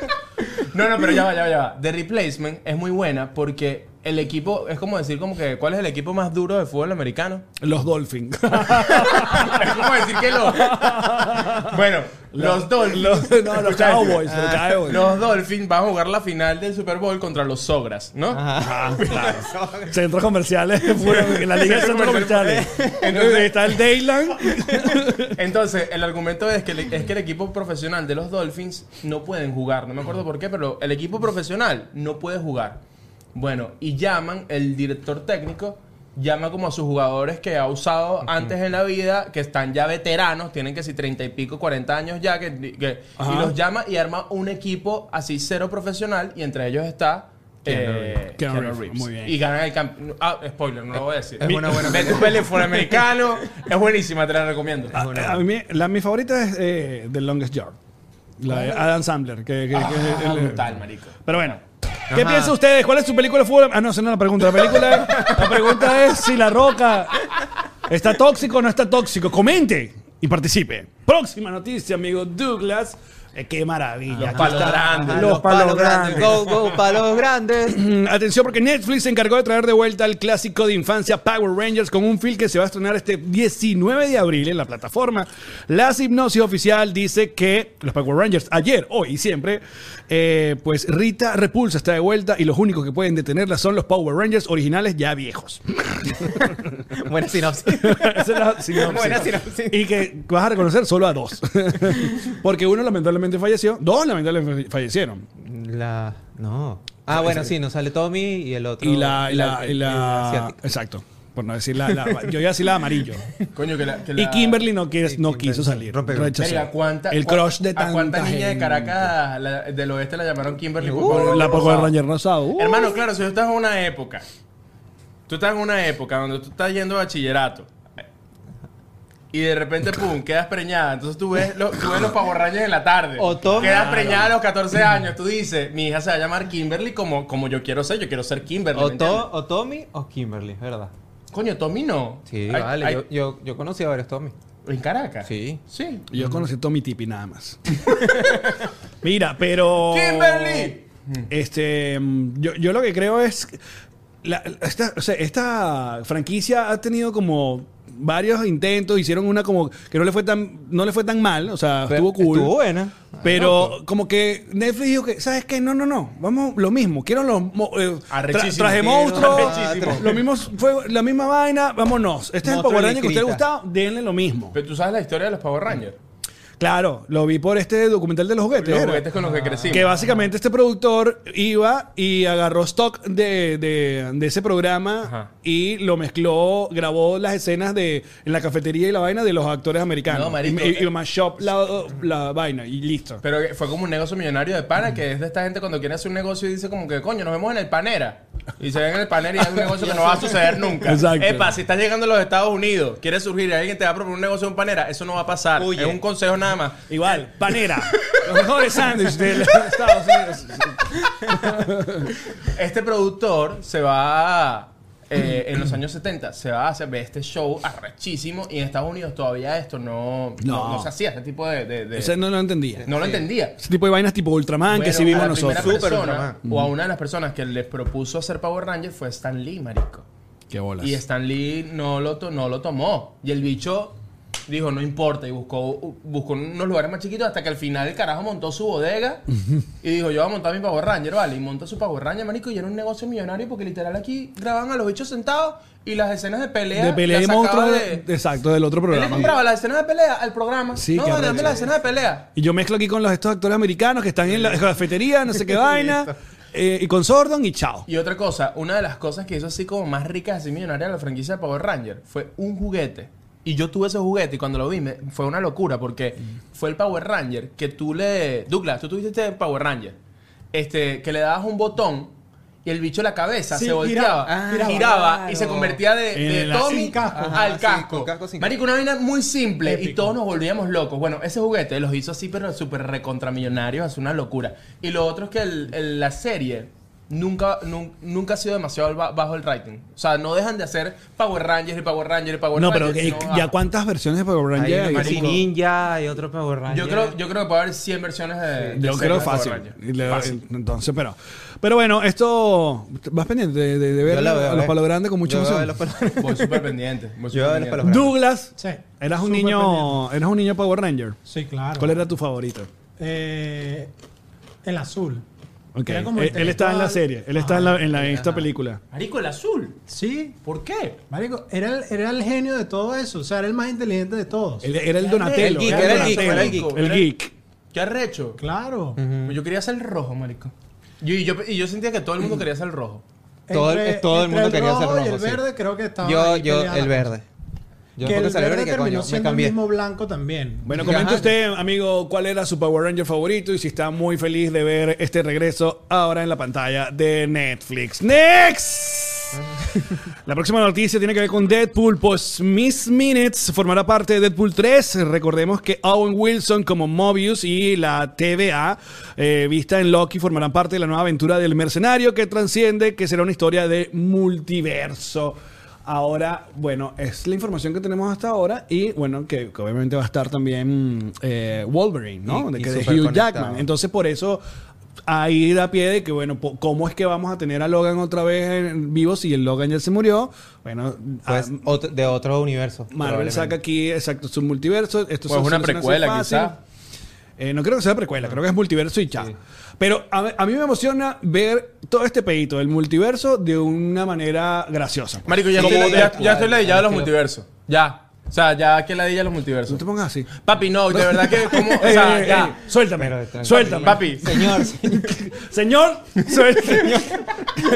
A: no, no, pero ya va, ya va, ya va. The Replacement es muy buena porque el equipo, es como decir como que, ¿cuál es el equipo más duro de fútbol americano?
B: Los Dolphins.
A: es como decir que lo... bueno, los Dolphins...
B: Los- no, los
A: Escucha esto.
B: Cowboys, los Cowboys.
A: Los Dolphins van a jugar la final del Super Bowl contra los Sogras, ¿no?
B: Ah, claro. Centros comerciales. fueron- en la liga de centros comerciales. Entonces, está el Dayland.
A: Entonces, el argumento es que, le- es que el equipo profesional de los Dolphins no pueden jugar. No me acuerdo por qué, pero el equipo profesional no puede jugar. Bueno, y llaman, el director técnico llama como a sus jugadores que ha usado antes en la vida, que están ya veteranos, tienen que si 30 y pico, 40 años ya, que, que-
B: Ajá.
A: y los llama y arma un equipo así cero profesional y entre ellos está... eh,
B: Keanu
A: Keanu
B: Reeves,
A: Reeves.
B: muy bien.
A: Y ganan el campeón. Ah, spoiler, no lo voy a decir.
C: Es una buena
A: Ve tu peli fuera americano. Es buenísima, te la recomiendo.
B: A, a mí, la, mi favorita es eh, The Longest Yard. La de Adam Sandler. Que, que- que-
A: Ah,
B: el-
A: brutal, marico.
B: Pero bueno. ¿Qué
C: Ajá.
B: piensan ustedes? ¿Cuál es su película de fútbol? Ah, no, esa no es la pregunta. La, película, la pregunta es si La Roca está tóxico o no está tóxico. Comente y participe. Próxima noticia, amigo Douglas. Eh, qué maravilla.
A: Los
B: Aquí
A: palos
B: está.
A: grandes.
C: Ajá,
B: Los palos grandes.
C: Go, go, palos grandes.
B: Mm, Atención porque Netflix se encargó de traer de vuelta el clásico de infancia Power Rangers con un film que se va a estrenar este 19 de abril en la plataforma. La hipnosis oficial dice que los Power Rangers ayer, hoy y siempre, eh, pues Rita Repulsa está de vuelta y los únicos que pueden detenerla son los Power Rangers originales ya viejos.
C: Buena sinopsis.
B: Esa es la sinopsis.
C: Buena sinopsis.
B: Y que vas a reconocer solo a dos. Porque uno lamentablemente falleció, dos lamentablemente fallecieron.
C: La. No. Ah, bueno, sí, nos sale Tommy y el otro.
B: Y la... y la- y
C: y
B: la-
C: asiática.
B: exacto. Por no decir la, la- Yo iba a decir la de amarillo.
A: Coño, que la. que
B: Y
A: la-
B: Kimberly no, quiere-
C: Y
B: no
C: Kimberly
B: quiso salir.
C: rompe-
B: Rechazó.
A: Verga, ¿cuánta,
B: el
A: cuán-
B: crush de tanta
A: ¿A cuánta niña de
B: gente.
A: Caracas la- del oeste la llamaron Kimberly? por
B: Uh,
A: Pablo
B: la
A: Rosado?
B: Poco de Ranger Rosado. Uh.
A: Hermano, claro, si tú estás en una época. Tú estás en una época donde tú estás yendo a bachillerato. Y de repente, pum, quedas preñada. Entonces tú ves, los- tú ves los pavorraños en la tarde.
C: O todo-
A: quedas preñada a los 14 años. Tú dices, mi hija se va a llamar Kimberly como, como yo quiero ser. Yo quiero ser Kimberly.
C: O,
A: ¿me
C: To-
A: entiendes?
C: o Tommy o Kimberly, ¿verdad?
A: Coño, Tommy no.
C: Sí,
A: Ay-
C: vale.
A: ay-
C: yo, yo, yo conocí a varios Tommy.
B: Ah,
A: ¿En Caracas?
C: Sí.
A: Sí.
B: Yo conocí a Tommy Tipi nada más. Mira, pero.
A: ¡Kimberly!
B: Este. mm, Yo, yo lo que creo es. que la- esta, o sea, esta franquicia ha tenido como varios intentos, hicieron una como que no le fue tan, no le fue tan mal, o sea, estuvo cool.
C: Estuvo buena.
B: Pero como que Netflix dijo que, ¿sabes qué? No, no, no. Vamos, lo mismo. Quiero los mo- eh, tra-
A: Arrechísimo.
B: traje
A: Sí,
B: monstruos.
A: arrechísimo. Ah,
B: Lo mismo fue la misma vaina. Vámonos. Este es el
C: Monstruo
B: Power
C: y
B: Ranger que a usted le
C: Negrita.
B: gustaba. Denle lo mismo.
A: Pero tú sabes la historia de los Power Rangers.
B: Claro, lo vi por este documental de los juguetes.
A: Los
B: era.
A: juguetes con los que crecimos.
B: Que básicamente este productor iba y agarró stock de, de- de ese programa
A: Ajá.
B: y lo mezcló, grabó las escenas de en la cafetería y la vaina de los actores americanos.
A: No, marico. eh,
B: y, y, y mashup la, la vaina y listo.
A: Pero que fue como un negocio millonario de pana, que es de esta gente cuando quiere hacer un negocio y dice como que, coño, nos vemos en el panera. Y se ven en el panera y es un negocio que no va a suceder nunca.
B: Exacto.
A: Epa, si estás llegando a los Estados Unidos, quieres surgir y alguien te va a proponer un negocio en panera, eso no va a pasar.
C: Huye.
A: Es un consejo nada más.
B: Igual, panera. Los mejores sándwiches de los Estados Unidos.
A: Este productor se va eh, en los años 70, se va a hacer ve este show arrachísimo y en Estados Unidos todavía esto no, no.
B: No.
A: no se hacía, este tipo de... de- de-
B: Ese no lo entendía.
A: no lo entendía.
B: Ese tipo de vainas tipo Ultraman que
A: Bueno,
B: sí
A: a
B: vimos
A: la primera
B: nosotros.
A: persona,
C: Superman.
A: o a una de las personas que les propuso hacer Power Rangers fue Stan Lee, marico.
B: Qué bolas.
A: Y este Stan Lee no lo, to- no lo tomó. Y el bicho dijo, no importa. Y buscó, buscó unos lugares más chiquitos hasta que al final el carajo montó su bodega. y dijo, yo voy a montar mi Power Ranger, vale. Y montó su Power Ranger, marico. Y era un negocio millonario porque literal aquí grababan a los bichos sentados y las escenas de pelea.
B: de pelea
A: las
B: de
A: sacaba
B: monstruos.
A: de-
B: Exacto, del otro
A: Él le
B: programa.
A: compraba las escenas de pelea al programa.
B: Sí,
A: no,
B: qué
A: dame
B: arrecho.
A: las escenas de pelea.
B: Y yo mezclo aquí con los, estos actores americanos que están en la cafetería, no sé qué vaina, eh, y con Sordon y chao.
A: Y otra cosa, una de las cosas que hizo así como más ricas, así millonaria de la franquicia de Power Ranger fue un juguete. Y yo tuve ese juguete y cuando lo vi me, fue una locura porque fue el Power Ranger que tú le... Douglas, tú tuviste este Power Ranger. Este, que le dabas un botón y el bicho la cabeza
D: Sí,
A: se
D: giraba,
A: volteaba,
D: ah,
A: giraba,
C: claro.
A: y se convertía de, de
B: En la-
A: Tommy
D: sin casco.
A: al
C: Ajá, sí,
A: casco.
C: con casco, sin
A: Marico, una vaina muy simple y todos nos volvíamos locos. Bueno, ese juguete los hizo así, pero súper recontramillonarios, es una locura. Y lo otro es que el- el- la serie nunca, nun- nunca ha sido demasiado ba- bajo el rating. O sea, no dejan de hacer Power Rangers y Power Rangers y Power
B: No, pero
A: Rangers.
B: que-
A: sino
B: ya
A: bajo.
B: cuántas versiones de Power
C: Hay
B: Ranger hay?
C: una
A: marico.
C: Ninja y otro Power Ranger.
A: yo creo, yo creo que puede haber 100 versiones de. de
B: Yo
A: series
B: creo
A: de Power
B: fácil.
A: Rangers.
B: Y le- Entonces, pero. Pero bueno, esto. Vas pendiente de, de- de ver
C: la veo,
B: a los
C: eh.
B: palos grandes con mucho
C: Yo veo
B: emoción.
C: los palos-
A: Voy súper pendiente. voy
C: Yo de
A: súper
C: los
A: pendiente.
C: palos grandes.
B: Douglas,
D: Sí.
B: eras un
D: Súper
B: niño.
D: pendiente.
B: Eras un niño Power Ranger.
D: Sí, claro.
B: ¿Cuál era tu favorito?
D: Eh, el azul.
B: Ok.
D: Era
B: Él,
D: como
B: él está en la
D: intelectual.
B: serie. Él está en, la- en la- en esta película.
A: Marico, el azul.
D: Sí,
A: ¿Por qué?
D: marico, era el, era el genio de todo eso. O sea, era el más inteligente de todos.
B: Él- era el Donatello.
C: El geek,
B: era
C: era el geek,
B: Donatello.
C: era el geek.
B: El geek.
A: ¿Qué arrecho?
D: Claro.
A: Yo quería ser el rojo, marico. Yo, y, yo, y yo sentía que todo el mundo quería ser el rojo.
C: Todo el- todo el
D: entre
C: mundo quería ser
D: rojo Y
C: rojo,
D: el
C: sí.
D: verde creo que estaba.
C: Yo,
D: ahí
C: yo,
D: peleada
C: el
D: la cosa.
C: verde. Yo
D: que
C: porque
D: el
C: salió
D: verde
C: que coño,
D: terminó
C: me
D: siendo el
C: cambié.
D: mismo blanco también.
B: Bueno, comente
C: Ajá.
B: usted, amigo, cuál era su Power Ranger favorito y si está muy feliz de ver este regreso ahora en la pantalla de Netflix. ¡Next! La próxima noticia tiene que ver con Deadpool, pues Miss Minutes formará parte de Deadpool 3. Recordemos que Owen Wilson como Mobius y la TVA eh, vista en Loki formarán parte de la nueva aventura del mercenario que transciende, que será una historia de multiverso. Ahora, bueno, es la información que tenemos hasta ahora y bueno, que, que obviamente va a estar también eh, Wolverine, ¿no?
C: Y-
B: de
C: y
B: que de
C: súper
B: Hugh
C: conectado.
B: Jackman. Entonces, por eso ahí da pie de que, bueno, po- ¿cómo es que vamos a tener a Logan otra vez en vivo si el Logan ya se murió? Bueno,
C: Pues,
B: ah,
C: otro- de otro universo.
B: Marvel saca aquí, exacto, su multiverso. Esto
A: Pues
B: se
A: una
B: soluciona así
A: precuela,
B: fácil.
A: quizá.
B: Eh, no creo que sea precuela, creo que es multiverso y ya. Pero a, ver, a mí me emociona ver todo este pedito del multiverso de una manera graciosa.
A: Marico, ya,
C: Sí,
A: estoy,
C: como
A: ya-
C: Deadpool.
A: ya estoy ladillado de los
C: Estilo.
A: multiversos. Ya. O sea, ya que ladilla de los
B: No
A: multiversos.
B: te pongas así.
A: Papi, no, de verdad que como. O
B: Ey,
A: sea,
B: ey, ey,
A: ya.
B: suéltame,
C: Pero, tranquilo.
B: eh, suéltame.
A: Papi,
C: Señor, señor.
B: Señor, suéltame.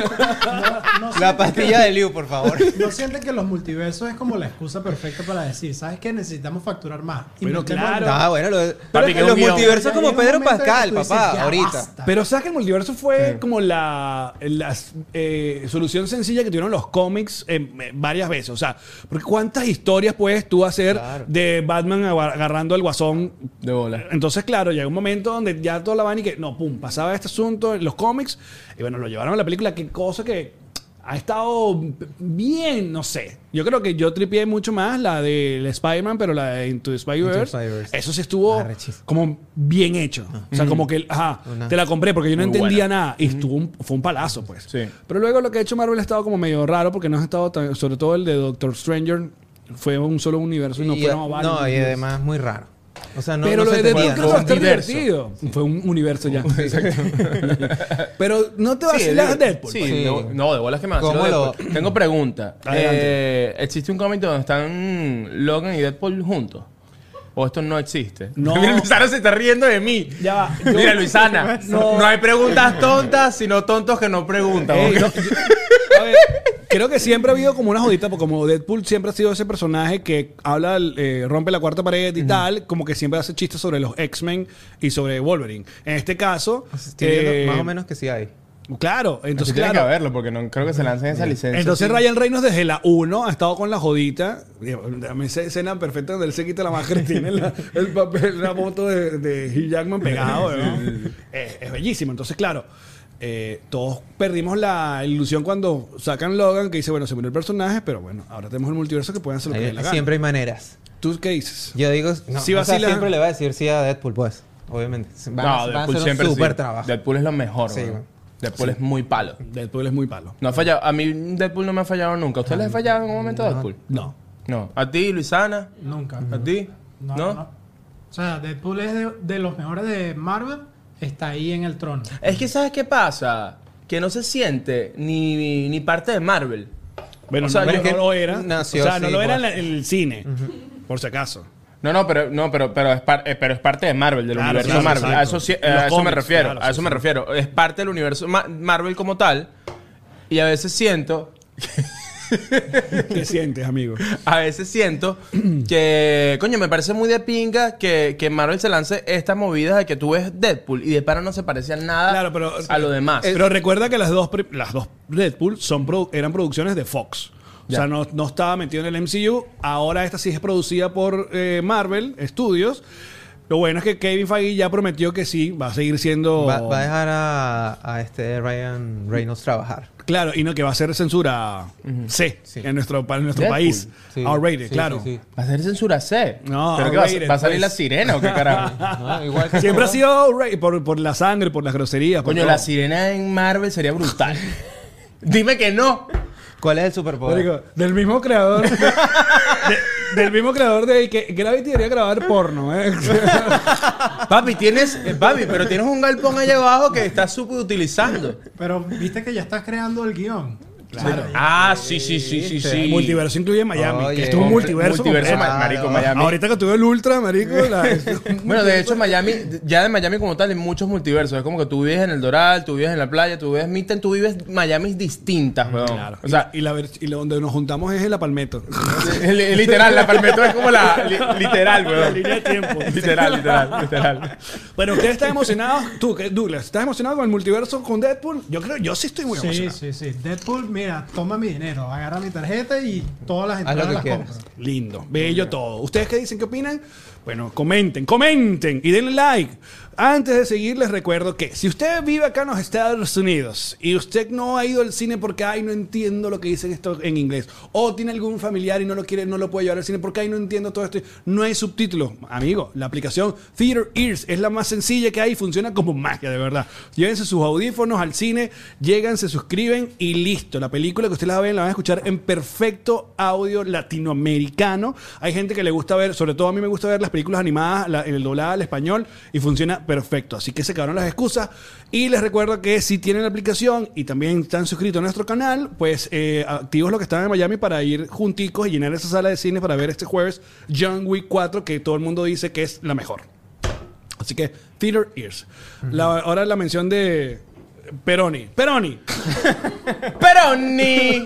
D: No
C: la
D: sienten
C: pastilla de Liu, por favor.
D: que- No sienten que los multiversos es como la excusa perfecta para decir, ¿sabes qué? Necesitamos facturar más.
B: Bueno,
D: Inventemos-
B: claro.
C: Ah, bueno, lo-
A: Papi,
C: pero
A: que
C: es que
A: es un
C: los
A: guión.
C: multiversos
D: Ya
C: como
D: llega un
C: Pedro
D: momento en el que
C: Pascal,
D: tú dices,
C: papá,
D: ya
C: ahorita.
D: basta.
B: Pero sabes que el multiverso fue como la, la, eh, solución sencilla que tuvieron los cómics eh, eh, varias veces. O sea, porque ¿cuántas historias puedes tú hacer
C: Claro.
B: de Batman agar- agarrando al guasón?
A: de bola.
B: Entonces, claro, llega un momento donde ya toda la vaina y que, no, pum, pasaba este asunto en los cómics y bueno, lo llevaron a la película. Qué cosa que ha estado bien, no sé. Yo creo que yo tripié mucho más la del Spider-Man, pero la de Into the
C: Into the
B: Spider-Verse.
C: Spider-Verse. Ah,
B: Eso sí estuvo
C: Arrechísimo.
B: como bien hecho. O sea, como que, ajá,
C: Ah. Una-
B: te la compré porque yo no
A: Muy
B: entendía
A: buena.
B: nada. Y estuvo un- fue un palazo, pues.
A: Sí.
B: Pero luego lo que ha hecho Marvel ha estado como medio raro porque no ha estado tan- sobre todo el de Doctor Stranger, fue un solo universo y no
C: Y-
B: fueron varios.
C: no, y
B: universos.
C: además muy raro. O sea, no,
B: Pero lo
C: no se
B: de The
C: entendía.
B: Doctor
A: Fue
B: va a
A: un
B: estar
A: universo.
B: divertido. Fue un universo ya. Pero no te vacilas
A: de-
B: Deadpool.
A: Sí,
B: pues.
A: de bo- no, de bolas que me
C: ¿Cómo
A: vacilo
C: lo-
A: Deadpool. Tengo pregunta.
B: Adelante.
A: Eh, ¿Existe un cómic donde están Logan y Deadpool juntos? ¿O esto no existe?
B: No.
A: Mira, Luisana se está riendo de mí.
B: Ya va. Yo-
A: Mira, Luisana,
B: No.
A: no. hay preguntas tontas, sino tontos que no preguntan.
B: Ey,
A: ¿ok?
B: no, yo- a ver, creo que siempre ha habido como una jodita, porque como Deadpool siempre ha sido ese personaje que habla, eh, rompe la cuarta pared y tal, como que siempre hace chistes sobre los X-Men y sobre Wolverine. En este caso,
C: Estoy
B: eh,
C: viendo más o menos que sí hay.
B: claro, entonces
A: Entonces tiene que
B: claro,
A: haberlo, porque no creo que se lancen esa licencia.
B: Entonces
A: sí.
B: Ryan Reynolds desde la 1 ha estado con la jodita. Dame esa escena perfecta donde él se quita la máscara y tiene la- el papel, la moto de, de Hugh Jackman pegado. ¿no? Eh, es bellísimo. Entonces, claro, eh, todos perdimos la ilusión cuando sacan Logan, que dice, bueno, se murió el personaje, pero bueno, ahora tenemos el multiverso que pueden hacer lo que
C: Hay-
B: les dé la gana.
C: siempre hay maneras.
B: ¿Tú qué dices?
C: Yo digo, no,
B: Sí
C: o sea,
B: vacila.
C: siempre le va a decir sí a Deadpool, pues. Obviamente. Van a-
A: no,
C: van a
A: Deadpool
C: hacer un
A: siempre sí.
C: super trabajo.
A: Deadpool es lo mejor.
C: Sí,
A: weón.
C: weón.
A: Deadpool es muy palo.
B: Deadpool es muy palo.
A: No ha fallado. A mí Deadpool no me ha fallado nunca. ¿A ¿Ustedes les ha fallado en un momento Deadpool?
B: No.
A: No. ¿A ti, Luisana?
D: Nunca.
A: ¿A ti? No.
D: O sea, Deadpool es de, de los mejores de Marvel. Está ahí en el trono.
A: Es que ¿sabes qué pasa? Que no se siente ni, ni parte de Marvel.
B: Bueno,
A: O sea,
B: no,
A: yo-
B: no lo era.
C: nació
B: o sea, no
C: así,
B: lo era en,
C: igual.
B: la- en el cine, por si acaso.
A: No, no, pero, no, pero, pero, es, par- eh, pero es parte de Marvel, del
B: Claro,
A: universo
B: claro,
A: Marvel.
B: exacto.
A: A eso, sí-
B: Los
A: a eso me
B: cómics,
A: refiero.
B: claro,
A: a
B: sí,
A: eso me
B: sí.
A: refiero. Es parte del universo Ma- Marvel como tal. Y a veces siento
B: ¿Qué sientes, amigo?
A: A veces siento que, coño, me parece muy de pinga que, que Marvel se lance estas movidas de que tú ves Deadpool y de para no se parecía nada
B: Claro, pero-
A: Ah,
B: eh,
A: a lo demás.
B: Pero recuerda que las dos, pri- las dos Deadpool son produ- eran producciones de Fox. O
A: Ya.
B: sea, no, no estaba metido en el MCU. Ahora esta sí es producida por eh, Marvel Studios. Lo bueno es que Kevin Feige ya prometió que sí, va a seguir siendo...
C: Va, va a dejar a, a este Ryan Reynolds trabajar.
B: Claro, y no que va a ser censura C
C: Sí.
B: en nuestro, pa- en nuestro
A: Deadpool.
B: país.
C: Sí,
B: R-rated,
C: sí,
B: claro.
C: sí, sí.
A: va a ser censura C.
B: No,
A: ¿Pero qué va, a-
B: rated,
A: va a salir
B: pues.
A: la sirena o qué carajo?
C: No, igual que
B: Siempre ha
C: todo.
B: sido R-rated por, por la sangre, por las groserías. por
A: coño,
B: todo.
A: la sirena en Marvel sería brutal. Dime que no.
C: ¿Cuál es el superpoder?
B: Marico, del mismo creador. de- de- del mismo creador de que Gravity debería grabar porno, ¿eh?
A: Papi, tienes, eh, papi, pero tienes un galpón allá abajo que estás subutilizando.
D: Pero viste que ya estás creando el guión.
A: Claro. Ah, sí, sí, sí, sí, sí.
B: El multiverso incluye Miami.
C: Oye.
B: que esto es un multiverso.
A: Multiverso,
B: completo. Ah,
A: ma- marico,
C: Claro.
A: Miami.
B: Ahorita que tuve el ultra, marico. la-
A: Bueno, de hecho, Miami, ya de Miami como tal, hay muchos multiversos. Es como que tú vives en el Doral, tú vives en la playa, tú vives en Midtown, tú vives Miami distintas, weón.
B: Claro.
A: O sea,
B: y, la, ver- y lo- donde nos juntamos es en la Palmetto.
A: el- el literal, la palmetto es como la li- literal,
B: La
A: weón.
B: línea de tiempo.
A: Literal, literal, literal.
B: Bueno, ustedes están emocionados. Tú, ¿qué- Douglas, ¿estás emocionado con el multiverso con Deadpool? Yo creo, yo sí estoy muy
D: Sí,
B: emocionado.
D: sí, sí. Deadpool, mira, toma mi dinero, agarra mi tarjeta y todas las
C: Haz lo
D: entradas las
C: que quieras.
D: compro.
B: Lindo, bello todo. ¿Ustedes qué dicen? ¿Qué opinan? Bueno, comenten, comenten y denle like. Antes de seguir, les recuerdo que si usted vive acá en los Estados Unidos y usted no ha ido al cine porque, ay, no entiendo lo que dicen esto en inglés, o tiene algún familiar y no lo quiere, no lo puede llevar al cine porque, ay, no entiendo todo esto, no hay subtítulos. Amigo, la aplicación Theater Ears es la más sencilla que hay y funciona como magia, de verdad. Llévense sus audífonos al cine, llegan, se suscriben y listo. La película que ustedes la ven la van a escuchar en perfecto audio latinoamericano. Hay gente que le gusta ver, sobre todo a mí me gusta ver las películas animadas la- en el doblado al español y funciona perfecto. Así que se acabaron las excusas. Y les recuerdo que si tienen la aplicación y también están suscritos a nuestro canal, pues eh, activos los que están en Miami para ir junticos y llenar esa sala de cine para ver este jueves John Wick 4, que todo el mundo dice que es la mejor. Así que, Theater Ears. La- ahora la mención de Peroni. Peroni.
A: Pero ni.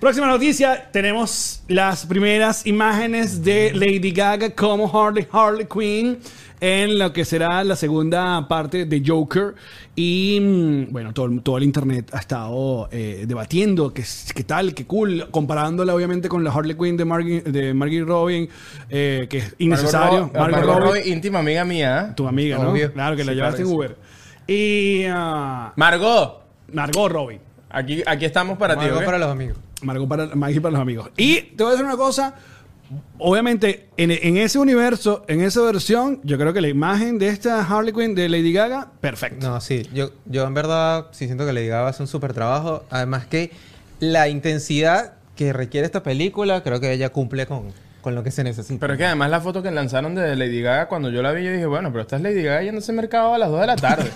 B: Próxima noticia. Tenemos las primeras imágenes de Lady Gaga como Harley, Harley Quinn en lo que será la segunda parte de Joker. Y mm, bueno, todo, el- todo el internet ha estado eh, debatiendo qué, s- qué tal, qué cool, comparándola obviamente con la Harley Quinn de Margie, de Margie Robin, eh, que es innecesario.
A: Margot Ro- Margot Robbie, íntima amiga mía. ¿eh?
B: Tu amiga, ¿no?
C: Obvio.
B: Claro, que la
C: Sí,
B: llevaste
C: claro que
B: en Uber. Y ah,
A: Margot.
B: Margot Robbie.
A: Aquí, aquí estamos para ti,
C: Algo
A: ¿ok?
C: para los amigos.
B: Margot para, Maggie para los amigos. Y te voy a decir una cosa. Obviamente, en, en ese universo, en esa versión, yo creo que la imagen de esta Harley Quinn de Lady Gaga, perfecto.
C: No, sí. Yo, yo en verdad sí siento que le digaba hace un súper trabajo. Además que la intensidad que requiere esta película, creo que ella cumple con, con lo que se necesita.
A: Pero es que además la foto que lanzaron de Lady Gaga, cuando yo la vi, yo dije, bueno, pero esta es Lady Gaga yéndose al mercado a las 2 de la tarde.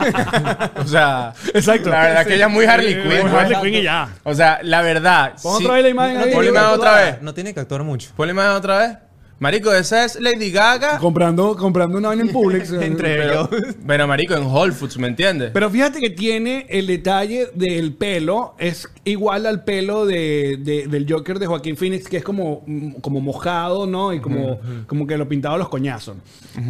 A: o sea,
B: Exacto.
A: la verdad que ella es muy Harley
B: Sí,
A: Quinn.
B: muy
A: ¿no?
B: Harley Quinn y ya.
A: O sea, la verdad.
B: Pon
A: sí-
B: otra vez la imagen ahí.
A: tiene- Ponle
C: que
A: más
C: actuar,
A: otra vez.
C: No tiene que actuar mucho.
A: Ponle más otra vez. Marico, esa es Lady Gaga.
B: Comprando, comprando una vaina en Publix. eh.
A: Pero, pero, marico, en Whole Foods, ¿me entiendes?
B: Pero fíjate que tiene el detalle del pelo, es igual al pelo de, de- del Joker de Joaquín Phoenix, que es como, como mojado, ¿no? Y como, como que lo pintaba a los coñazos.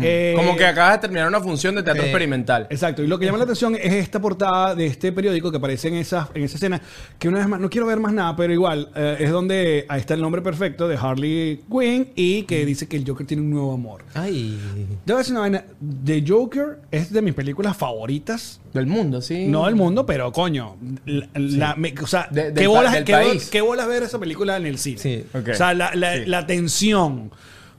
B: Eh,
A: Como que acabas de terminar una función de teatro
C: eh,
A: experimental.
B: Exacto, y lo que llama la atención es esta portada de este periódico que aparece en esa, en esa escena, que una vez más, no quiero ver más nada, pero igual, eh, es donde ahí está el nombre perfecto de Harley Quinn y que dice que el Joker tiene un nuevo amor.
C: Ay.
B: Debo decir una vaina, The Joker es de mis películas favoritas
A: Del mundo, sí.
B: no del mundo, pero coño. la- la- me- o sea,
A: De- del
B: ¿qué,
A: pa-
B: bolas,
A: del
B: qué,
A: país.
B: qué bolas ver esa película en el cine?
C: Sí.
A: Ok.
B: O sea, la, la-
A: Sí.
B: la tensión.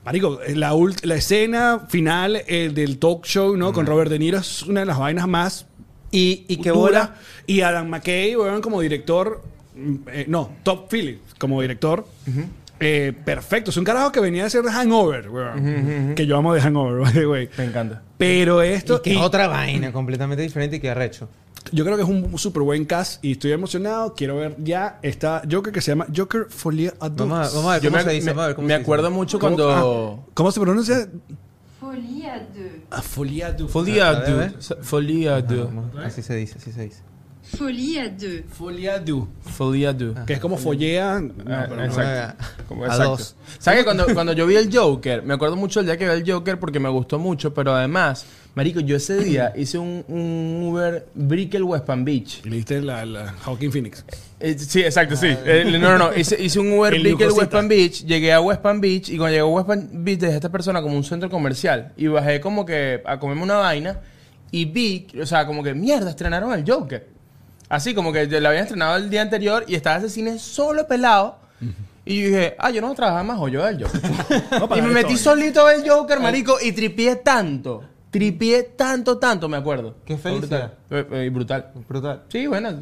B: Marico, eh, la, ult- la escena final eh, del talk show, ¿no? Con Robert De Niro es una de las vainas más
C: Y, y qué
B: duras.
C: bola.
B: Y Adam McKay, weón, como director. mm, eh, no, Top Phillips como director. eh, perfecto. Es un carajo que venía a hacer Hangover, weón. Que yo amo de Hangover, by the way.
A: Me encanta.
B: Pero esto.
C: Y que
B: y-
C: otra vaina completamente diferente y que arrecho.
B: yo creo que es un súper buen cast y estoy emocionado. Quiero ver ya esta Joker que se llama Joker Folia Adults.
C: Vamos a, vamos a ver
A: Yo
C: cómo
A: me,
C: se dice.
A: me-
C: vamos a ver cómo
A: me
C: se dice.
A: acuerdo mucho
B: ¿Cómo-
A: cuando...
B: ah, ¿Cómo se pronuncia? Ah,
E: Folie à deux.
B: Folia Adults.
A: Folia,
C: A ver, a
A: dude. Folia, dude.
C: Vamos, Así se dice, así se dice.
E: Folie à deux.
B: Folia Adults.
A: Folia, dude.
B: Que es como follea.
A: Ah, exacto.
C: no,
A: Como
C: a
A: exacto.
C: dos.
A: ¿Sabes que cuando, cuando yo vi el Joker, me acuerdo mucho el día que vi el Joker porque me gustó mucho, pero además, marico, yo ese día hice un, un Uber Brickell West Palm Beach.
B: Y le diste la, la Hawking Phoenix.
A: Eh, sí, exacto, sí. Eh, no, no, no. Hice, hice un Uber
B: El
A: Brickell
B: Lucosita.
A: West Palm Beach, llegué a West Palm Beach y cuando llegué a West Palm Beach dejé a esta persona como un centro comercial y bajé como que a comerme una vaina y vi, o sea, como que mierda, estrenaron el Joker. Así como que la habían estrenado el día anterior y estaba ese cine solo pelado. Y yo dije, ah, yo no voy a trabajar más o yo del Joker. y me metí solito a ver el Joker, marico, y tripié tanto. Tripié tanto, tanto, me acuerdo.
C: Qué
A: Fue
C: felicidad.
A: Brutal. Eh, eh, brutal.
C: Brutal.
A: Sí, bueno,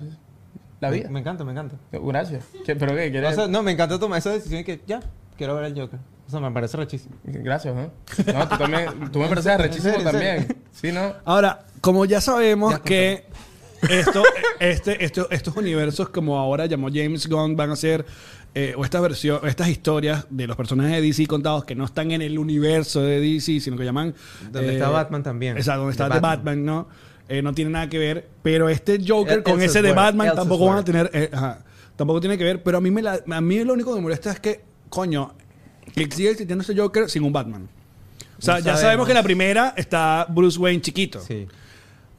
A: la vida.
C: Me, me encanta, me encanta.
A: Gracias. ¿Qué- ¿Pero qué?
C: O
A: ¿Quieres?
C: sea, no, me encanta tomar esa decisión y que ya, quiero ver el Joker. O sea, me parece rechísimo.
A: Gracias, ¿no? No, tú también. Tú me pareces
C: En
A: rechísimo
C: serio, en serio.
A: también. Sí, ¿no?
B: Ahora, como ya sabemos que esto, este, esto- estos universos, como ahora llamó James Gunn, van a ser eh, o estas versiones, estas historias de los personajes de DC contados que no están en el universo de DC, sino que llaman eh,
C: Donde está Batman también.
B: Exacto, donde está
C: De
B: The Batman,
C: Batman.
B: ¿no? Eh, no tiene nada que ver, pero este Joker
C: El-
B: con ese de
C: Elsewhere,
B: Batman tampoco van a
C: Elsewhere.
B: tener, eh, ajá, tampoco tiene que ver. Pero a mí me la- a mí lo único que me molesta es que coño que sigue existiendo ese Joker sin un Batman. O sea,
C: No
B: ya sabemos
C: sabemos.
B: que la primera está Bruce Wayne chiquito.
C: Sí.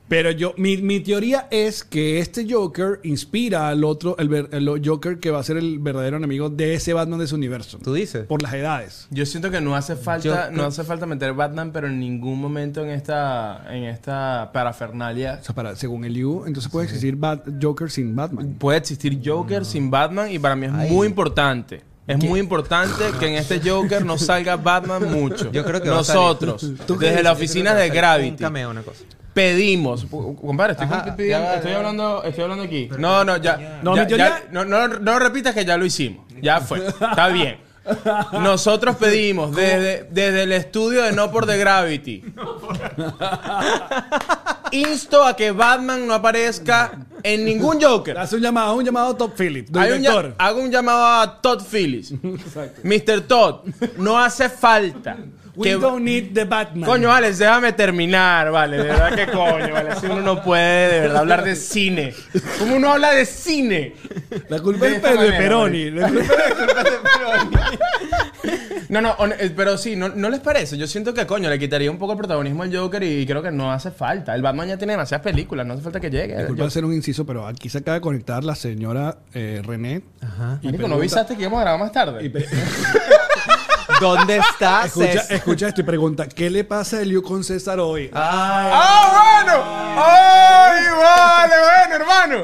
B: Pero yo, mi, mi teoría es que este Joker inspira al otro, el, ver- el Joker que va a ser el verdadero enemigo de ese Batman de su universo.
C: ¿Tú dices?
B: Por las edades.
A: Yo siento que no hace
C: Yo
A: falta,
C: creo-
A: no hace falta meter Batman, pero en ningún momento en esta, en esta parafernalia.
B: O sea, para, según el IU, entonces puede existir Bat- Joker sin Batman.
A: Puede existir Joker sin Batman y para mí es muy importante. Es muy importante que en este Joker no salga Batman mucho.
C: Yo creo que va a salir.
A: nosotros,
C: ¿Tú qué dices? Yo
A: desde la
C: creo que
A: oficina
C: va a
A: de
C: salir Un
A: Gravity,
C: cameo, una cosa.
A: pedimos, Pu- compadre, estoy,
C: Ajá,
A: compi- pidiendo-
C: ya va,
A: estoy
C: ya va.
A: hablando, estoy hablando aquí. No, no, ya,
B: No,
A: ya-
B: mi teoría-
A: ya- no, no, no repitas que ya lo hicimos, ya fue, está bien. Nosotros pedimos desde, desde el estudio de No por The Gravity. Insto a que Batman no aparezca en ningún Joker.
B: Hace un llamado, un llamado Top Philip,
A: Hay un
B: director.
A: llam- hago un llamado a Todd Phillips. Mr. Todd, no hace falta.
B: We
A: que-
B: don't need the Batman.
A: Coño, Alex, déjame terminar, vale. De verdad que coño, vale. Si uno no puede de verdad hablar de cine. ¿Cómo uno habla de cine?
B: la culpa
A: de
B: es
A: esta
B: de
A: manera,
B: Peroni. La culpa-
A: No, no, on- eh, pero sí, no, ¿no les parece? Yo siento que, coño, le quitaría un poco el protagonismo al Joker y creo que no hace falta. El Batman ya tiene demasiadas películas, no hace falta que llegue.
B: La culpa de hacer un inciso, pero aquí se acaba de conectar la señora eh, René.
C: Ajá.
A: Marico, ¿no avisaste que íbamos a grabar más tarde?
C: ¿Dónde está
B: Escucha,
C: César?
B: escucha esto y pregunta, ¿qué le pasa a Eliu con César hoy?
C: Ay,
A: ¡Ah, bueno! ¡Ay, vale, bueno, hermano!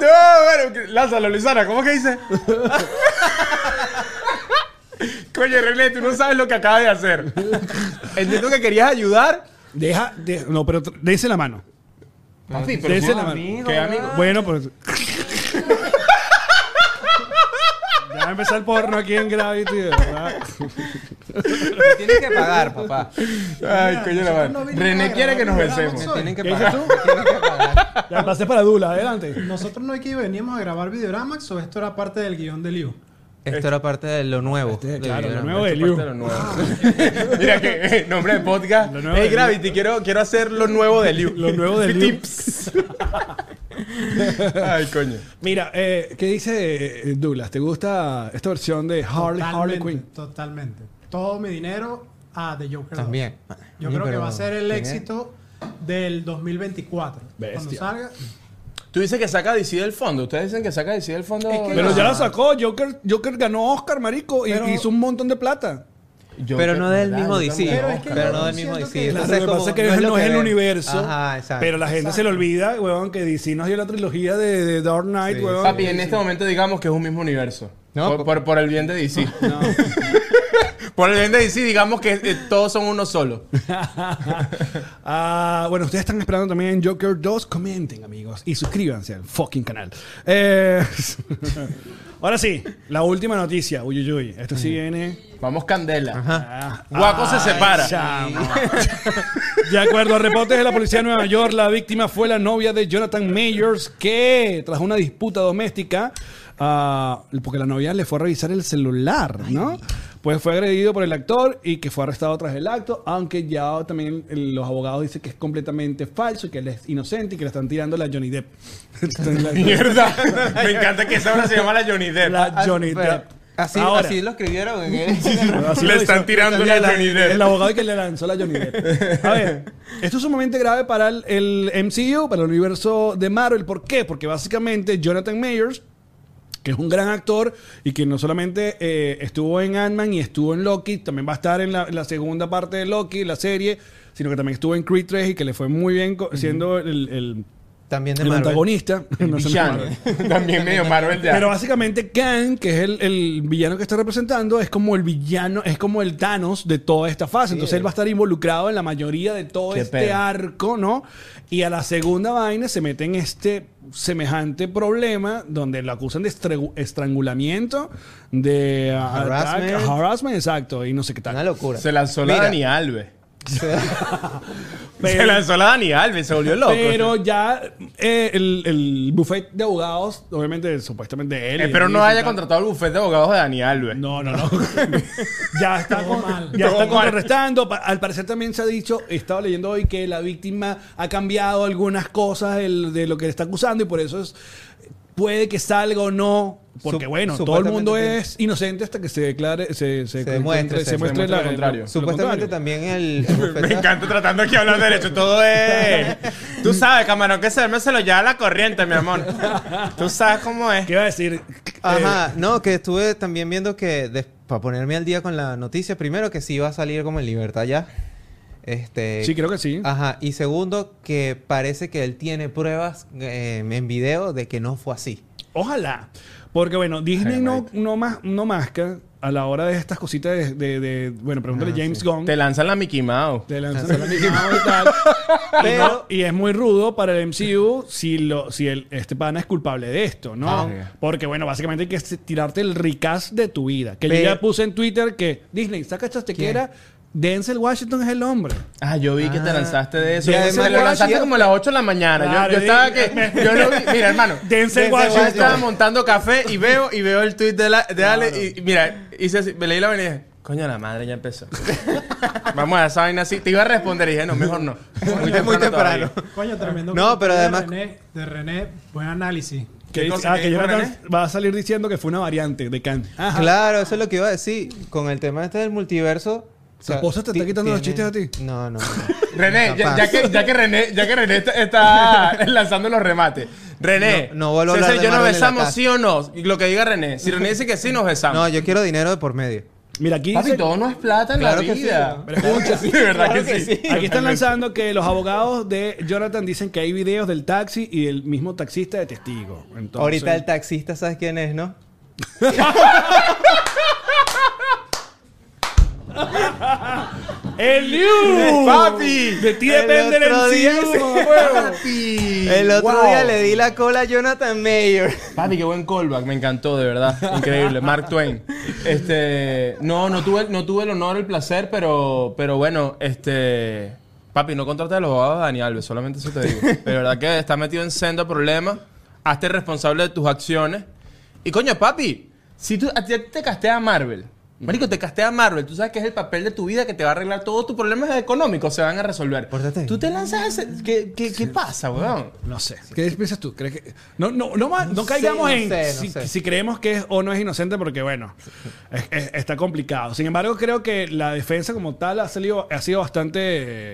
A: No, bueno, lázalo, Luisana, ¿cómo que dice? Coño, René, tú no sabes lo que acabas de hacer. Entiendo que querías ayudar.
B: Deja, de- no, pero tr- dense la mano.
A: Papi,
B: pero Ese
A: sí.
B: es la mano.
C: amigo,
A: ¿Qué
C: ¿verdad?
A: amigo?
B: Bueno, pues. ya va a empezar el porno aquí en Gravity, de ¿verdad?
C: Me tienes que pagar, papá.
A: Ay, coño, la mano.
D: no vinimos a
A: René
D: grabar
A: quiere que nos
D: el programa,
A: besemos.
D: soy.
C: Tienen que
B: ¿Qué dices
C: pagar.
B: tú?
C: Me tienen que pagar.
B: La pasé para Dula, adelante.
D: Nosotros no aquí veníamos a grabar Videoramax o esto era parte del guión del Liu.
C: Esto era parte de lo nuevo.
B: Este,
C: de
B: claro,
C: Videorama.
B: lo nuevo de Liu.
A: Parte de lo nuevo. Mira que eh, nombre de podcast.
B: Lo nuevo
A: hey
B: de
A: Gravity, quiero, quiero hacer lo nuevo de Liu.
B: Lo nuevo de Liu.
A: Tips. Ay, coño.
B: Mira, eh, ¿qué dice eh, Douglas? ¿Te gusta esta versión de Harley, Harley
D: Totalmente,
B: Quinn?
D: Totalmente. Todo mi dinero a The Joker.
C: También.
D: 2.
C: Coño,
D: Yo creo que
C: pero
D: va a ser el
C: tiene-
D: éxito del 2024. Cuando
B: Bestia.
D: salga.
A: Tú dices que saca DC del fondo. Ustedes dicen que saca DC del fondo.
D: Es que-
B: Pero ya la
D: Ah.
B: sacó, Joker, Joker ganó Oscar, marico, y
D: Pero-
B: hizo un montón de plata.
A: Yo-
C: Pero no del
A: ¿verdad?
C: mismo
A: Yo
C: DC.
A: también.
D: Pero es que
C: Pero
D: yo
C: no del
D: siento
C: mismo
D: que-
C: DC.
D: Claro,
B: Claro, lo
C: Entonces,
B: que
C: como
B: pasa es que
C: no
B: no es,
C: lo que
B: el
C: ven.
B: universo.
C: Ajá, exacto.
B: Pero la gente se le olvida, weón, que DC nos dio la trilogía de, de Dark Knight,
C: Sí.
B: weón.
A: Papi, en este momento digamos que es un mismo universo.
C: No,
A: por,
C: por-
A: por- por el bien de DC. por el bien de DC, digamos que eh, todos son uno solo.
B: Ah, bueno, ustedes están esperando también Joker 2. Comenten, amigos. Y suscríbanse al fucking canal. Eh, ahora sí, la última noticia. Uy, uy, uy. Esto sí viene.
A: Vamos, Candela.
B: Ah,
A: Guaco se separa.
B: chamo. De acuerdo a reportes de la policía de Nueva York, la víctima fue la novia de Jonathan Mayers que, tras una disputa doméstica, ah, porque la novia le fue a revisar el celular, ¿no? Pues fue agredido por el actor y que fue arrestado tras el acto, aunque ya también el- los abogados dicen que es completamente falso, y que él es inocente y que le están tirando la Johnny Depp.
A: Mierda. Me encanta que esa obra se llama la Johnny Depp. Ah,
B: la Johnny
C: Pero
B: Depp.
C: Así,
B: Ahora,
C: así lo escribieron. en el-
B: así
A: Le
B: lo
A: están
B: hizo.
A: tirando la Johnny Depp.
B: El abogado que le lanzó la Johnny Depp. A ver, esto es sumamente grave para el, el MCU, para el universo de Marvel. ¿Por qué? Porque básicamente Jonathan Mayers, que es un gran actor y que no solamente eh, estuvo en Ant-Man y estuvo en Loki, también va a estar en la, en la segunda parte de Loki, la serie, sino que también estuvo en Creed 3 y que le fue muy bien co- siendo el, el-
C: También de
B: el
C: Marvel.
B: antagonista. No sé,
A: Villano. También medio Marvel ya.
B: pero básicamente Kang, que es el, el villano que está representando, es como el villano, es como el Thanos de toda esta fase. Entonces él va a estar involucrado en la mayoría de todo
A: Qué
B: este
A: pena.
B: arco, ¿no? Y a la segunda vaina se mete en este semejante problema donde lo acusan de estre- estrangulamiento, de ah,
C: Harassment.
B: ataque- harassment, exacto, y no sé qué
C: Una
B: tal.
C: locura.
A: se lanzó la
C: Mira,
A: Dani Alves.
B: Pero-
A: se lanzó la Dani Alves, se volvió loco.
B: Pero ya eh, el, el buffet de abogados, obviamente, supuestamente de él. y
A: Espero
B: de
A: Eh, no
B: Disney y
A: haya
B: tal.
A: contratado al bufete de abogados de Dani Alves.
B: No, no, no. ya está, con-
D: mal.
B: ya
A: Todo
B: está
A: mal.
B: contrarrestando. Pa- Al parecer también se ha dicho, estaba leyendo hoy que la víctima ha cambiado algunas cosas del- de lo que le está acusando y por eso es- puede que salga o no. Porque
C: Sup-
B: bueno, todo el mundo
C: supuestamente
B: es inocente hasta que se declare, se,
C: Se demuestre,
B: se,
C: se
B: muestre
A: demuestre
B: la-
A: lo contrario.
B: lo
C: Supuestamente
B: contrario.
C: también el. el
A: Me
C: bufete-
A: encanta tratando aquí de hablar de derecho. Todo es. Tú sabes, camarón, que se me se lo lleva la corriente, mi amor. Tú sabes cómo es.
B: ¿Qué iba a decir? Eh,
C: Ajá, no, que estuve también viendo que, para ponerme al día con la noticia, primero que sí iba a salir como en libertad ya. Este,
B: Eh, sí, creo que sí.
C: Ajá, y segundo que parece que él tiene pruebas eh, en video de que no fue así.
B: Ojalá. Porque bueno, Disney
A: Ay,
B: no,
A: marico.
B: no, más, no masca a la hora de estas cositas de... de- de- bueno, pregúntale
C: Ah,
B: a James Gunn.
A: Te lanzan la Mickey Mouse.
B: Te lanzan la Mickey Mouse y tal.
C: Pero-
B: Y no- y es muy rudo para el MCU si, lo, si el, este pana es culpable de esto, ¿no?
A: Ah.
B: Porque, bueno, básicamente hay que se- tirarte el ricaz de tu vida. Que yo
C: Pero-
B: ya puse en Twitter que Disney, saca esta tequera. Denzel Washington es el hombre.
A: Ah, yo vi que te
C: Ah.
A: lanzaste de eso.
C: Y
A: Yo-
C: además-
A: te lo lanzaste
C: Yo-
A: como a las 8 de la mañana. Yo-
B: Claro,
A: yo,
B: di-
A: estaba que. Yo no vi. Mira, hermano.
B: Denzel
A: yo
B: Washington.
A: estaba montando café y veo, y veo el tweet de, la- de Ale. Y mira, hice así, me leí la vaina y dije, coño, la madre ya empezó. Vamos a esa vaina así. Te iba a responder y dije, no, mejor no.
C: Muy temprano.
A: todavía.
D: Coño, tremendo.
C: No, pero
D: de
C: además-
D: René- de René, buen análisis.
A: ¿Qué
B: Que-
A: cosa?
B: ah,
A: ¿Qué
B: que
A: dijo
B: Jonathan
A: René?
B: va a salir diciendo que fue una variante de Khan. Ajá.
C: Claro, eso es lo que iba a decir. Con el tema este del multiverso. o sea,
B: esposa te está
C: ti-
B: quitando los chistes a ti?
C: No, no. no.
A: René, ya,
C: Capaz.
A: ya que, ya que René, ya que René está, está lanzando los remates. René,
C: No, no vuelvo a hablar
A: César y
C: de
A: yo nos
C: Marvel en la
A: besamos,
C: casa.
A: sí o no. Y Lo que diga René. Si René dice que sí, nos besamos.
C: No, yo quiero dinero de por medio.
B: Mira, aquí
A: Papi,
B: dice-
A: todo no es plata en
C: Claro
A: la
C: que sí,
A: vida.
C: ¿no?
A: Pero escucha, sí, de verdad
C: Claro
A: que
C: que
A: sí.
C: sí.
B: Aquí están lanzando que los abogados de Jonathan dicen que hay videos del taxi y el mismo taxista de testigo. Entonces-
C: Ahorita el taxista, ¿sabes quién es, no?
B: ¡El Liu!
A: ¡Papi!
B: De ti
C: El
B: depende el
C: otro día
B: entusiasmo.
A: Papi.
C: El otro
A: Wow.
C: día le di la cola a Jonathan Mayer.
A: Papi, qué buen callback, me encantó, de verdad. Increíble, Mark Twain. Este, no, no tuve, no tuve el honor, el placer, pero, pero bueno, este. Papi, no contrates a los abogados de Dani Alves, solamente eso te digo. De verdad que estás metido en senda problemas, hazte responsable de tus acciones. Y coño, papi, si tú, a ti te castea Marvel, marico, te castea Marvel, tú sabes que es el papel de tu vida que te va a arreglar todos tus problemas económicos, se van a resolver.
C: Pórtate.
A: Tú te lanzas a ese- ¿Qué, qué, qué pasa, weón?
B: No sé. ¿Qué piensas tú? ¿Crees que... no, no, no, ma- no caigamos
C: sé, no
B: en
C: sé, no
B: si,
C: sé.
B: si creemos que es o no es inocente, porque bueno, es- es- está complicado. Sin embargo, creo que la defensa como tal ha salido, ha sido bastante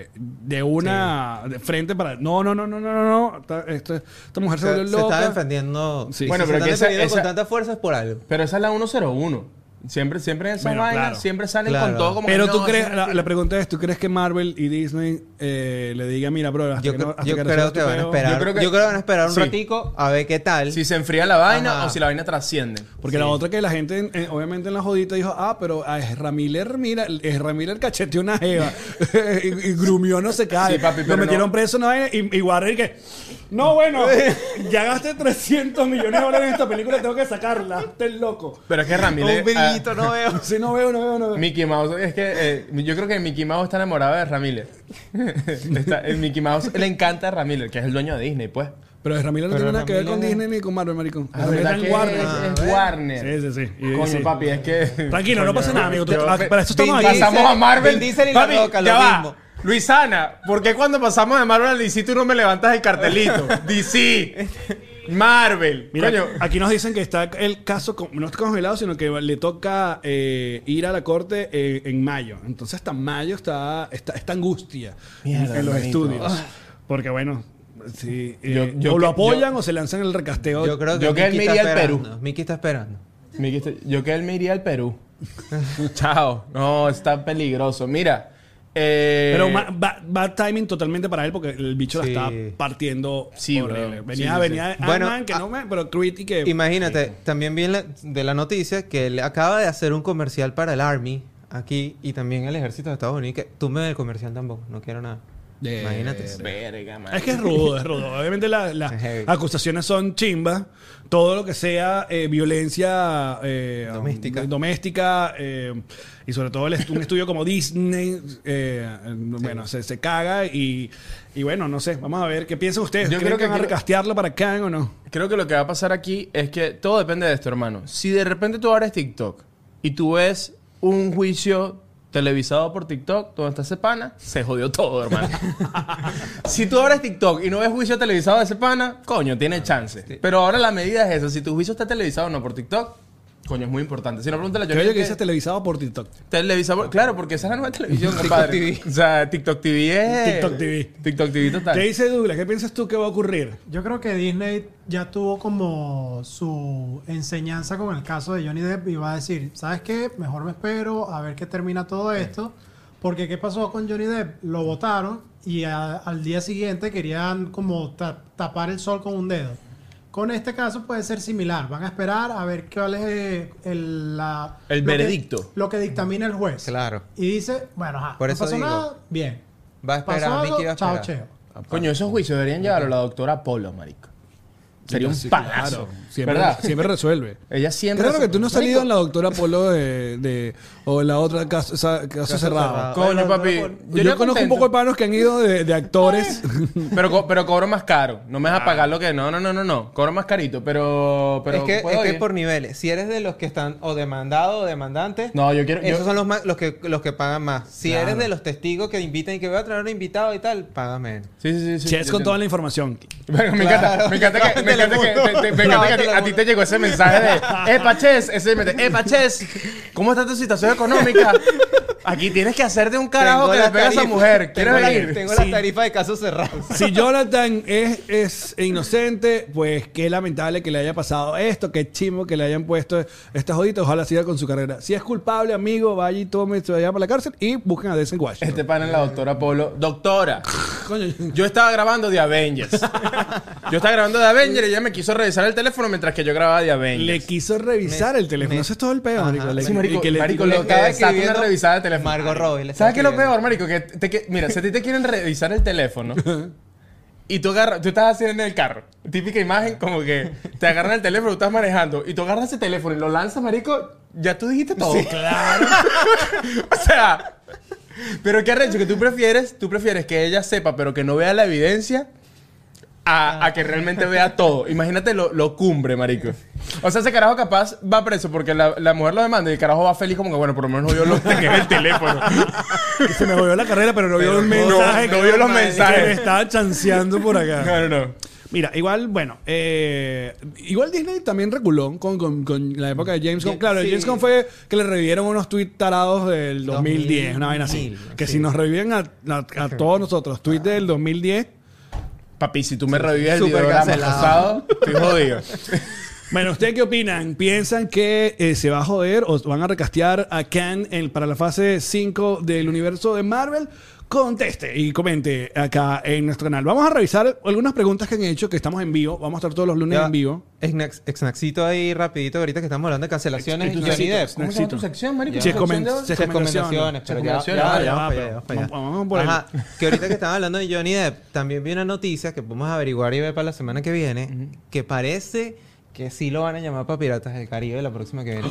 B: eh, de una de frente para. No, no, no, no, no, no, no. Esta, esta- esta mujer se,
C: Se,
B: volvió
C: se está
B: loca.
C: defendiendo.
B: Sí.
A: Bueno,
C: Bueno,
A: pero
C: pero
A: que
C: que
A: esa-
C: con
A: esa-
C: tanta fuerza es por algo.
A: Pero esa es la 101. Siempre, siempre en esas
B: Bueno,
A: vainas,
B: claro.
A: siempre salen
C: Claro.
A: con todo como
B: Pero
A: que,
B: tú
A: no,
B: crees,
A: eso-
B: la, la pregunta es, ¿tú crees que Marvel y Disney eh, le diga, mira, bro, hasta
C: Yo,
B: que no-
C: cre-
B: hasta
C: yo
B: que
C: creo
B: resuelvas
C: que
B: tu
C: van a
B: peo?
C: esperar. Yo creo que, van a esperar un
A: Sí.
C: ratico a ver qué tal.
A: si se enfría la vaina
C: Ajá.
A: o si la vaina trasciende.
B: Porque la otra que la gente, en- en- obviamente en la jodita, dijo, ah, pero a Ezra Miller, mira, Ezra Miller cacheteó una jeva y, y grumió no se cae.
A: Sí, papi,
B: Lo
A: pero
B: metieron
A: no.
B: preso una vaina y, y Warner que, no, bueno, ya gasté 300 millones de dólares en esta película, tengo que sacarla, estás loco.
A: Pero es que Ramírez.
C: un brillito,
A: ah,
C: no veo.
B: Si no veo, no veo, no veo.
A: Mickey Mouse, es que eh, yo creo que Mickey Mouse está enamorado de Ramírez. Está- el Mickey Mouse le encanta a Ramírez, que es el dueño de Disney, pues.
B: Pero Ezra Miller no
C: Pero
B: tiene nada que ver con
C: Ramírez-
B: Disney ni con Marvel, maricón.
A: Ah,
B: Ezra Miller
A: ¿verdad
B: está
A: que
B: en Warner.
A: Es,
C: Ah,
A: es
C: ¿ves?
B: Sí,
A: Warner.
B: sí, sí. Y-
A: Coño,
B: sí.
A: papi, es que.
B: Tranquilo, no pasa nada, amigo. Tú- ah, para eso estamos
A: Vin
B: aquí.
A: Pasamos a Marvel.
C: Vin Diesel y La Roca, lo
A: ya va.
C: mismo.
A: Luisana, ¿por qué cuando pasamos de Marvel a DC tú no me levantas el cartelito? DC, Marvel.
B: Mira,
A: Coño.
B: aquí nos dicen que está el caso, con- no está congelado, sino que le toca eh, ir a la corte eh, en mayo. Entonces, hasta mayo está, está esta angustia
A: Mierda,
B: en los
A: hermanito. Ah.
B: estudios. Porque, bueno, sí, eh,
A: Yo- yo
B: o lo
A: que-
B: apoyan o se lanzan el recasteo.
C: Yo creo que.
A: Yo que él
C: Miki
A: me
C: está
A: iría al
C: esperando.
A: Perú.
C: Miki está esperando.
A: Me dijiste, yo que él me iría al Perú. Chao. No, está peligroso. Mira. eh,
B: pero ma- ba- bad timing totalmente para él porque el bicho
C: Sí.
B: la está partiendo.
A: Sí,
B: horrible.
A: bro.
B: Venía,
A: Sí, sí, ah,
B: venía de
C: Bueno,
B: Ant-Man, que
C: a-
B: no me, pero Creed y que.
C: Imagínate, también vi en la- de la noticia que él acaba de hacer un comercial para el Army aquí y también el Ejército de Estados Unidos. Que tú me del comercial tampoco, no quiero nada.
B: De-
C: Imagínate.
A: Verga, man.
B: Es que es rudo, es rudo. Obviamente la-
C: Es
B: las
C: heavy.
B: acusaciones son chimba. Todo lo que sea eh, violencia eh,
C: Doméstica.
B: um, doméstica, eh, y sobre todo el est- un estudio como Disney, eh, eh, bueno, se, se caga y, y bueno, no sé, vamos a ver qué piensan ustedes.
A: Yo
B: creo
A: creo
B: que,
A: que
B: van a
A: quiero-
B: recastearlo para Khan o no?
A: Creo que lo que va a pasar aquí es que todo depende de esto, hermano. Si de repente tú abres TikTok y tú ves un juicio televisado por TikTok donde está ese pana, se jodió todo, hermano. si tú abres TikTok y no ves juicio televisado de ese pana, coño, tiene chance. Pero ahora la medida es eso. Si tu juicio está televisado o no por TikTok, coño, es muy importante. Si no, pregúntale a
B: Yo
A: Johnny
B: creo que
A: que-
B: dices televisado por TikTok.
A: Televisor, claro, porque esa es la nueva televisión, compadre.
C: TV.
A: O sea, TikTok TV es.
B: TikTok TV.
A: TikTok TV
B: ¿Qué
A: total.
B: dice Douglas? ¿Qué piensas tú que va a ocurrir?
D: Yo creo que Disney ya tuvo como su enseñanza con el caso de Johnny Depp y va a decir, ¿sabes qué? Mejor me espero a ver qué termina todo esto. Porque ¿qué pasó con Johnny Depp? Lo votaron y a- al día siguiente querían como ta- tapar el sol con un dedo. Con este caso puede ser similar. Van a esperar a ver cuál es eh, el, la-
A: El
D: lo que-
A: veredicto.
D: lo que dictamina el juez.
C: Claro.
D: Y dice, bueno, ajá,
C: Por
D: no
C: eso
D: pasó
C: digo.
D: nada, bien.
C: Va a esperar,
D: Pasó algo,
C: Miki va a
D: chao,
C: esperar.
D: cheo.
A: Coño, esos juicios deberían llevarlo la doctora Polo, marico. Sería un
B: Sí, claro.
A: palazo.
B: Siempre,
A: ¿Verdad?
B: siempre resuelve.
A: Ella siempre.
B: Claro que tú no has salido en la
A: Marico,
B: doctora Polo de, de- o la otra caso, esa- caso cerrado.
C: cerrado.
A: Coño,
C: Bueno,
A: papi.
C: no, no,
B: Yo,
A: iría
B: conozco un
A: contento,
B: poco de panos que han ido de, de actores.
A: Pero, co- pero cobro más caro. No me vas a pagar lo que. No, no, no, no. no. Cobro más carito, pero. pero
C: es que,
A: puedo
C: es que
A: ir.
C: por niveles. Si eres de los que están o demandados o demandantes,
A: No, yo quiero. yo-
C: esos son los, más, los, que, los que pagan más. Si
B: Claro.
C: eres de los testigos que invitan y que voy a traer un invitado y tal, paga menos.
A: Sí, sí, sí. sí,
B: Chess
A: yo
B: con
A: entiendo.
B: toda la información.
A: Bueno, me
C: Claro.
A: encanta, me encanta que, me encanta
C: Telemundo.
A: que, te- te- me encanta que a, ti,
C: Telemundo.
A: a ti te llegó ese "Eh, mensaje de Epa Ches, ese me- Epa Ches, ¿cómo está tu situación económica? Aquí tienes que hacer de un carajo que le pega a esa mujer. ¿Quieres venir?
C: Tengo
B: Sí.
C: la tarifa de casos cerrados.
B: Si Jonathan es, es inocente, pues qué lamentable que le haya pasado esto, qué chimo que le hayan puesto estas joditas. Ojalá siga con su carrera. Si es culpable, amigo, vaya y tome, se vaya para la cárcel y busquen a Desen Washington.
A: Este pana es la doctora Polo. Doctora,
B: Coño,
A: yo estaba grabando de Avengers. Yo estaba grabando de Avengers y ella me quiso revisar el teléfono mientras que yo grababa de
B: le
A: Avengers.
B: quiso revisar
C: Me-
B: el teléfono.
C: me-
B: Eso es todo el peor,
C: Ajá.
B: marico. Le-
A: Sí, marico,
B: y que le-
A: marico,
C: le
A: lo
C: estaba
A: que saca una
C: escribiendo
A: revisada de teléfono.
C: Margot Robbie, le estaba
A: ¿Sabes qué es lo
C: escribiendo.
A: peor, marico? Que te, que- mira, si a ti te quieren revisar el teléfono y tú agarras, tú estás haciendo en el carro. Típica imagen como que te agarran el teléfono, tú estás manejando y tú agarras ese teléfono y lo lanzas, marico, ya tú dijiste todo. claro. o sea, pero qué arrecho que tú prefieres, tú prefieres que ella sepa pero que no vea la evidencia. A, a que realmente vea todo. Imagínate lo, lo cumbre, marico. O sea, ese carajo capaz va preso porque la, la mujer lo demanda y el carajo va feliz como que, bueno, por lo menos yo lo tenía en el teléfono.
B: se me volvió la carrera, pero no vio los
A: Pero no,
B: mensajes.
A: no vio los
B: que
A: mensajes.
B: Me estaba chanceando por acá.
A: No, no, no.
B: Mira, igual, bueno, eh, igual Disney también reculó con, con- con la época de James Gunn.
C: Sí.
B: Claro, James Gunn fue que le revivieron unos tweets tarados del 2010, una vaina así.
C: 2000,
B: Que
C: sí.
B: si nos reviven a, a- a todos nosotros tweets del 2010,
A: Papi, si tú me revives el
C: Súper
A: videograma
C: cancelado.
A: pasado, estoy jodido.
B: bueno, ¿ustedes qué opinan? ¿Piensan que eh, se va a joder o van a recastear a Khan en- para la fase 5 del universo de Marvel? Conteste y comente acá en nuestro canal. Vamos a revisar algunas preguntas que han hecho, que estamos en vivo. Vamos a estar todos los lunes
C: Ya,
B: en vivo.
C: Exnax- Exnaxito ahí rapidito, ahorita que estamos hablando de cancelaciones.
B: Ex-
C: y Johnny Depp.
B: Exnaxito. ¿Cómo se llama tu
A: sección,
B: Ya. ¿Tu sección de hoy?
C: Se recomendaciones, pero ya,
A: Recomendaciones,
C: ya,
A: ah,
C: ya,
B: ya,
C: vamos para
B: pero
C: allá, vamos para allá.
B: vamos- vamos por
C: Ajá, que ahorita que estaba hablando de Johnny Depp, también vi una noticia que podemos averiguar y ver para la semana que viene, que parece que sí lo van a llamar para Piratas del Caribe la próxima que viene.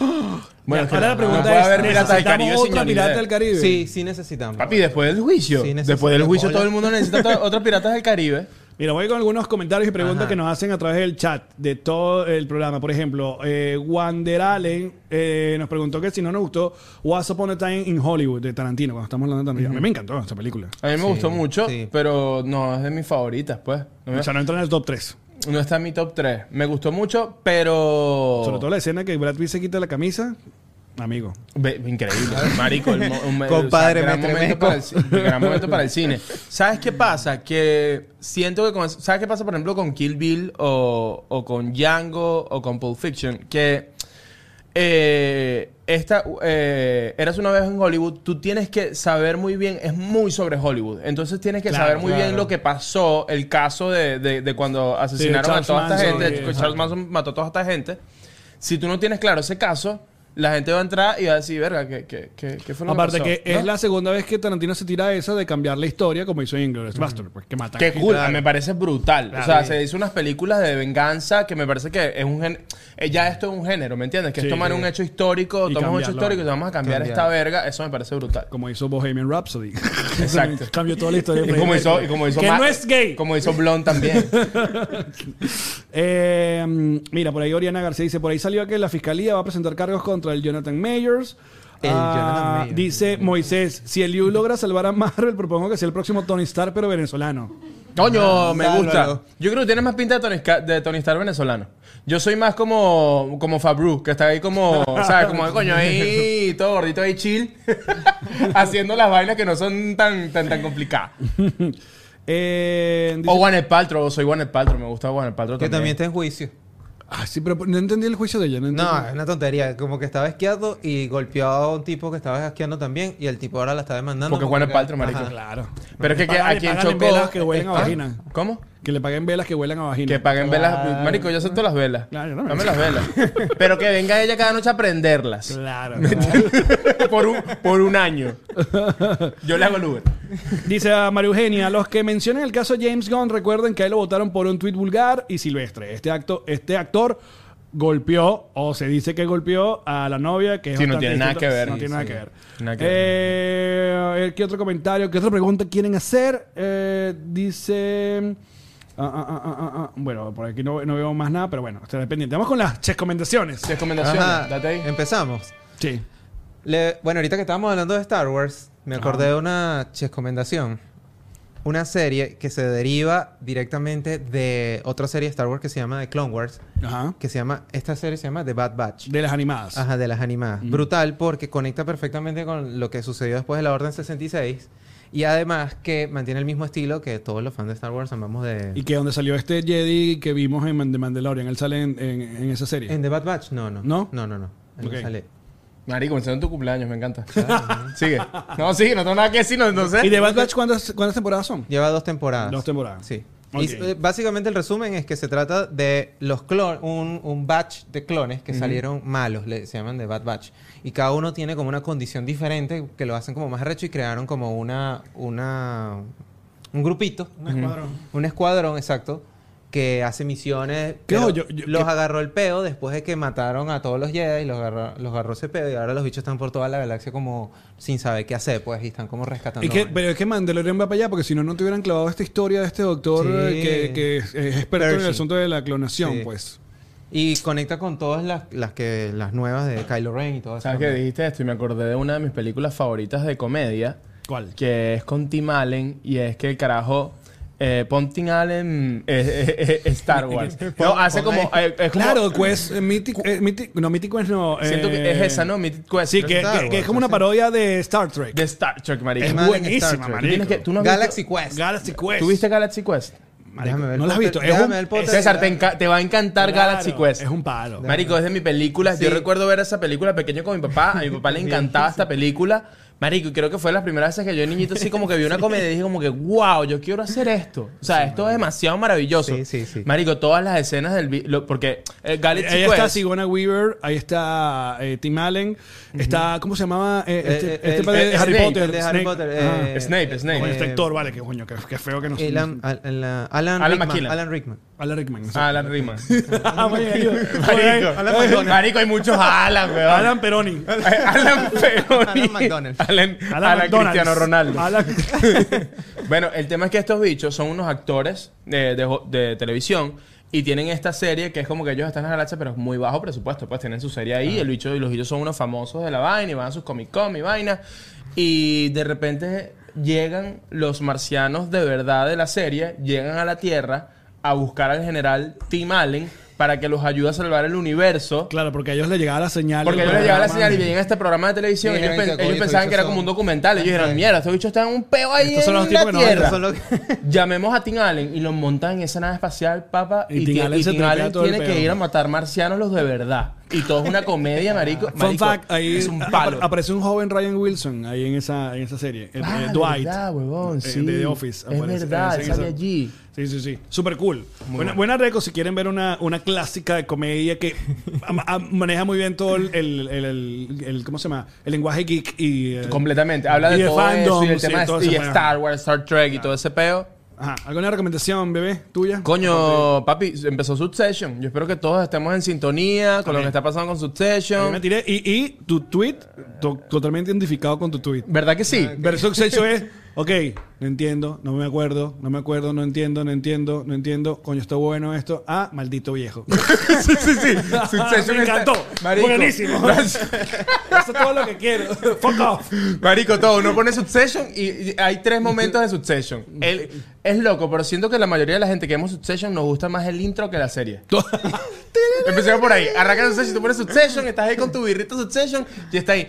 A: Bueno,
B: Ya, ahora la pregunta
A: no puede
B: es,
A: haber piratas del
B: ¿necesitamos
A: Caribe sin
B: otra
A: Johnny
B: pirata
A: Depp?
B: del Caribe?
C: Sí, sí necesitamos.
A: Papi, después del juicio.
C: Sí, necesito
A: después del juicio
C: bola.
A: todo el mundo necesita otro- otros piratas del Caribe.
B: Mira, voy con algunos comentarios y preguntas
C: Ajá.
B: que nos hacen a través del chat de todo el programa. Por ejemplo, eh, Wander Allen eh, nos preguntó que si no nos gustó What's Upon a Time in Hollywood de Tarantino, cuando estamos hablando de Tarantino. A mí me encantó esta película.
A: A mí me
C: Sí,
A: gustó mucho,
C: sí.
A: pero no es de mis favoritas, pues. No, me-
B: O sea, no entra en el top 3.
A: no está en mi top 3. Me gustó mucho, pero.
B: Sobre todo la escena que Brad Pitt se quita la camisa. Amigo.
A: Ve- Increíble, marico. el mo- un-
C: Compadre,
A: gran,
C: me
A: momento
C: estremezco.
A: para el, ci- gran momento para el cine. ¿Sabes qué pasa? Que siento que con- ¿Sabes qué pasa, por ejemplo, con Kill Bill o, o con Django o con Pulp Fiction? Que eh, esta... eh, Eras una vez en Hollywood. Tú tienes que saber muy bien... Es muy sobre Hollywood. Entonces tienes que
B: Claro,
A: saber muy bien
C: claro.
A: lo que pasó. El caso de, de- de cuando asesinaron a
B: Charles
A: toda esta
B: Manson,
A: gente.
B: eh,
A: Charles Manson mató a toda esta gente. Si tú no tienes claro ese caso, la gente va a entrar y va a decir, verga, ¿qué, qué, qué, qué fue lo
B: Aparte
A: que pasó?
B: que es la segunda vez que Tarantino se tira esa de cambiar la historia como hizo Inglourious Basterds, pues que mata.
A: Qué cool, me parece brutal. o sea,
B: sí.
A: se hizo unas películas de venganza que me parece que es un género. Ya esto es un género, ¿me entiendes? Que
B: Sí,
A: es tomar
B: sí.
A: un hecho histórico,
B: Y
A: tomar un hecho
B: cambiarlo.
A: histórico y vamos a cambiar
C: Cambiar.
A: esta verga. Eso me parece brutal.
B: Como hizo Bohemian Rhapsody.
A: Exacto.
B: Cambió toda la historia. de
A: Y como
B: Freddie
A: hizo,
B: Mercury.
A: y como hizo
B: que
A: Ma-
B: no es gay.
A: Como hizo Blond también.
B: Eh, mira, por ahí Oriana García dice, por ahí salió que la fiscalía va a presentar cargos contra el Jonathan Mayers.
C: El Jonathan Mayers.
B: Dice Moisés, si el Liu logra salvar a Marvel, propongo que sea el próximo Tony Stark, pero venezolano.
A: Coño, me
C: Sálvalo.
A: gusta. Yo creo que tienes más pinta de Tony, Sca- de Tony Stark venezolano. Yo soy más como, como Fabru, que está ahí como, ¿sabes? Como, coño, ahí todo gordito, ahí chill, haciendo las vainas que no son tan, tan, tan complicadas.
B: Eh, dice-
A: O Juan Paltrow, soy Juan Paltrow, me gusta Juan Paltrow
C: Que también
A: también.
C: está en juicio.
A: Oh.
B: Ah, sí, pero no entendí el juicio de ella. No,
C: No,
B: entendí.
C: es una tontería. Como que estaba esquiando y golpeó a un tipo que estaba esquiando también y el tipo ahora la está demandando.
A: Porque Juan Paltrow, marico.
C: Ajá.
B: claro.
A: Pero es que, que
B: Págale-
A: a quien
B: págale
A: chocó...
B: velas que huelen a
A: ¿Ah?
B: vagina.
A: ¿Cómo?
B: Que le paguen velas que huelan a vagina.
A: Que paguen velas.
C: Claro.
A: Marico, yo acepto las velas.
B: Claro, yo también.
A: Dame las velas. Pero que venga ella cada noche a prenderlas.
B: Claro.
A: por, un, por un año. Yo le hago el Uber.
B: Dice a María Eugenia, los que mencionen el caso James Gunn, recuerden que a él lo votaron por un tuit vulgar y silvestre. Este, acto, este actor golpeó, o se dice que golpeó, a la novia, que es
A: Sí, no
B: bastante
A: tiene nada
B: distinto.
A: que ver.
B: No
A: Sí,
B: tiene nada
A: sí.
B: que ver.
A: Nada que
B: Eh, a ver, ¿Qué otro comentario? ¿Qué otra pregunta quieren hacer? Eh, dice... ah, ah, ah, ah, ah, ah. Bueno, por aquí no, no veo más nada, pero bueno, estaré pendiente. Vamos con las recomendaciones.
A: Recomendaciones,
C: Ajá.
A: date
B: Em-
A: ahí.
C: Empezamos.
B: Sí.
C: Le- bueno, ahorita que estábamos hablando de Star Wars, me acordé de una recomendación. una serie que se deriva directamente de otra serie de Star Wars que se llama The Clone Wars,
B: Ajá.
C: que se llama, esta serie se llama The Bad Batch.
B: De las animadas.
C: Ajá, de las animadas. Brutal porque conecta perfectamente con lo que sucedió después de la Orden 66 y además que mantiene el mismo estilo que todos los fans de Star Wars amamos de...
B: Y que donde salió este Jedi que vimos en Man- The Mandalorian, él sale en, en- en esa serie.
C: ¿En The Bad Batch? No, no.
B: ¿No?
C: No, no, no. Él no
B: Ok.
C: sale.
A: Marico, comenzó en tu cumpleaños, me encanta. sigue. No, sigue, no tengo nada que decir, no, no sé.
B: ¿Y de Bad Batch cuántas, cuántas temporadas son?
C: Lleva dos temporadas.
B: Dos temporadas.
C: Sí.
B: Ok.
C: Y, eh, básicamente el resumen es que se trata de los clones, un, un batch de clones que salieron malos, le, se llaman de Bad Batch. Y cada uno tiene como una condición diferente que lo hacen como más recho y crearon como una, una un grupito,
D: Un escuadrón.
C: un escuadrón, exacto, que hace misiones.
B: Claro,
C: pero
B: yo- yo-
C: los
B: que-
C: agarró el peo después de que mataron a todos los Jedi, los agarró, los agarró ese peo y ahora los bichos están por toda la galaxia como sin saber qué hacer, pues, y están como rescatando.
B: Es que-
C: vainas.
B: pero es que Mandalorian va para allá porque si no, no te hubieran clavado esta historia de este doctor
C: Sí.
B: eh, que, que es, es experto en el
C: Pershing.
B: asunto de la clonación,
C: Sí.
B: pues.
C: Y conecta con todas las, las que las nuevas de Kylo Ren y todo eso.
A: ¿Sabes que dijiste esto? Y me acordé de una de mis películas favoritas de comedia.
B: ¿Cuál?
A: Que es con Tim Allen. Y es que el carajo. Eh, pon Tim Allen. eh, eh, eh, eh, Star Wars. No, hace
C: pon
A: como.
C: ahí.
A: eh, es como-
B: Claro, Quest, eh, Mythic, eh, Mythic- no, Mythic Quest no.
A: Siento que
B: eh,
A: es esa, ¿no? Mythic Quest.
B: Sí, que,
C: Star
B: que- que
C: Wars,
B: es como una
C: sí.
B: parodia de Star Trek.
A: De Star Trek, marico.
B: es
C: más bien Star
B: buenísima,
C: Trek.
A: ¿Tú,
B: marico.
A: tienes que, tú no has
C: Galaxy
A: visto-
C: Quest.
B: Galaxy Quest.
A: ¿Tú viste Galaxy Quest?
B: Marico,
C: Déjame ver
B: no la has
C: el
B: visto.
C: póster,
B: Es un-
C: déjame ver el póster.
A: César, te, enca- te va a encantar
B: claro,
A: Galaxy Quest.
B: Es un palo.
A: Marico, es de mi película.
C: Sí.
A: Yo recuerdo ver esa película pequeño con mi papá. A mi papá le encantaba esta película. Marico, y creo que fue las primeras veces que yo niñito así como que vi una comedia y dije como que, wow, yo quiero hacer esto. O sea, esto es demasiado maravilloso.
C: Sí, sí, sí.
A: Marico, todas las escenas del... vi- lo- porque eh, Galaxy
B: Ahí
A: Quest...
B: está Sigona Weaver, ahí está eh, Tim Allen, está, ¿cómo se llamaba? Eh, este
C: Eh, eh,
B: este
C: el-
B: padre de
A: el
B: Harry
A: Snape,
B: Potter.
C: el de Harry Potter,
B: Ajá.
C: eh,
A: Snape, Snape.
B: Coño, este
C: eh,
B: actor, vale, que coño, que, que feo que nos...
C: Alan, Al- Al- Alan,
A: Alan
C: Rickman,
A: McKillen.
C: Alan Rickman.
B: Alan Rickman.
A: Ah, Alan Rima.
B: Marico.
A: Marico, Marico, hay muchos Alan, weón.
B: Alan Peroni.
A: Alan Peroni.
C: Alan McDonald.
A: Alan, Alan
B: McDonald's.
A: Cristiano Ronaldo.
B: Alan-
A: Bueno, el tema es que estos bichos son unos actores de, de jo- de televisión y tienen esta serie que es como que ellos están en la galaxia, pero es muy bajo presupuesto. Pues tienen su serie ahí, el bicho y los bichos son unos famosos de la vaina y van a sus Comic Con y vaina. Y de repente llegan los marcianos de verdad de la serie, llegan a la Tierra a buscar al general Tim Allen para que los ayude a salvar el universo.
B: Claro, porque a ellos les llegaba la señal.
A: Porque
B: del
A: ellos le llegaba la
B: programa.
A: señal y veían este programa de televisión.
C: Mira,
A: ellos pen-
C: mira,
A: ellos
C: coño,
A: pensaban
C: estos
A: que era
C: son-
A: como un documental. Ellos dijeron,
C: Ajá.
A: mierda, estos bichos están en un peo ahí
B: Estos son los
A: en
B: tipos
A: la
B: que no-
A: tierra.
B: estos
C: son los que-
A: Llamemos a Tim Allen y los montan en esa nave espacial, papa.
B: Y
A: Y,
B: Tim
A: Tim
B: Allen
A: y
B: se
A: Tim
B: tripea
A: Allen
B: todo el
A: tiene
B: peo.
A: que ir a matar marcianos los de verdad. Y todo es una comedia, marico.
B: Fun
A: Marico,
B: fact, ahí
A: es un palo.
B: apare- aparece un joven Ryan Wilson ahí en esa, en esa serie. El-
A: Ah,
B: eh, Dwight.
A: verdad, huevón,
B: eh,
A: sí.
B: De The Office.
A: Es
B: aparece-
A: verdad,
B: aparece en
A: sale allí.
B: Sí, sí, sí. Súper cool. Buena, buena reco si quieren ver una, una clásica de comedia que a- a- maneja muy bien todo el, el, el- el- el- ¿cómo se llama? El lenguaje geek y... eh,
A: Completamente. Habla
B: y
A: de todo eso y el
B: fandoms
A: tema
B: todo
A: de y
B: ese pedo.
A: Star Wars, Star Trek y todo ese peo.
B: Ajá. ¿Alguna recomendación, bebé, tuya?
A: Coño, papi, empezó Succession. Yo espero que todos estemos en sintonía con lo que está pasando con
B: Ahí me
A: Succession.
B: tiré. Y, y tu tweet, to- totalmente identificado con tu tweet.
A: ¿Verdad que sí?
B: Versus hecho es, ok, no entiendo, no me acuerdo, no me acuerdo, no entiendo, no entiendo, no entiendo, coño, está bueno esto. Ah, maldito viejo.
A: sí, sí, sí. Succession
B: me
A: está-
B: encantó.
A: Marico.
B: Buenísimo. Eso es todo lo que quiero. Fuck off.
A: Marico, todo. Uno pone Succession y, y hay tres momentos de Succession. El- es loco, pero siento que la mayoría de la gente que vemos Succession nos gusta más el intro que la serie. Empecemos por ahí. Arranca Succession, tú pones Succession, estás ahí con tu birrito Succession y está ahí.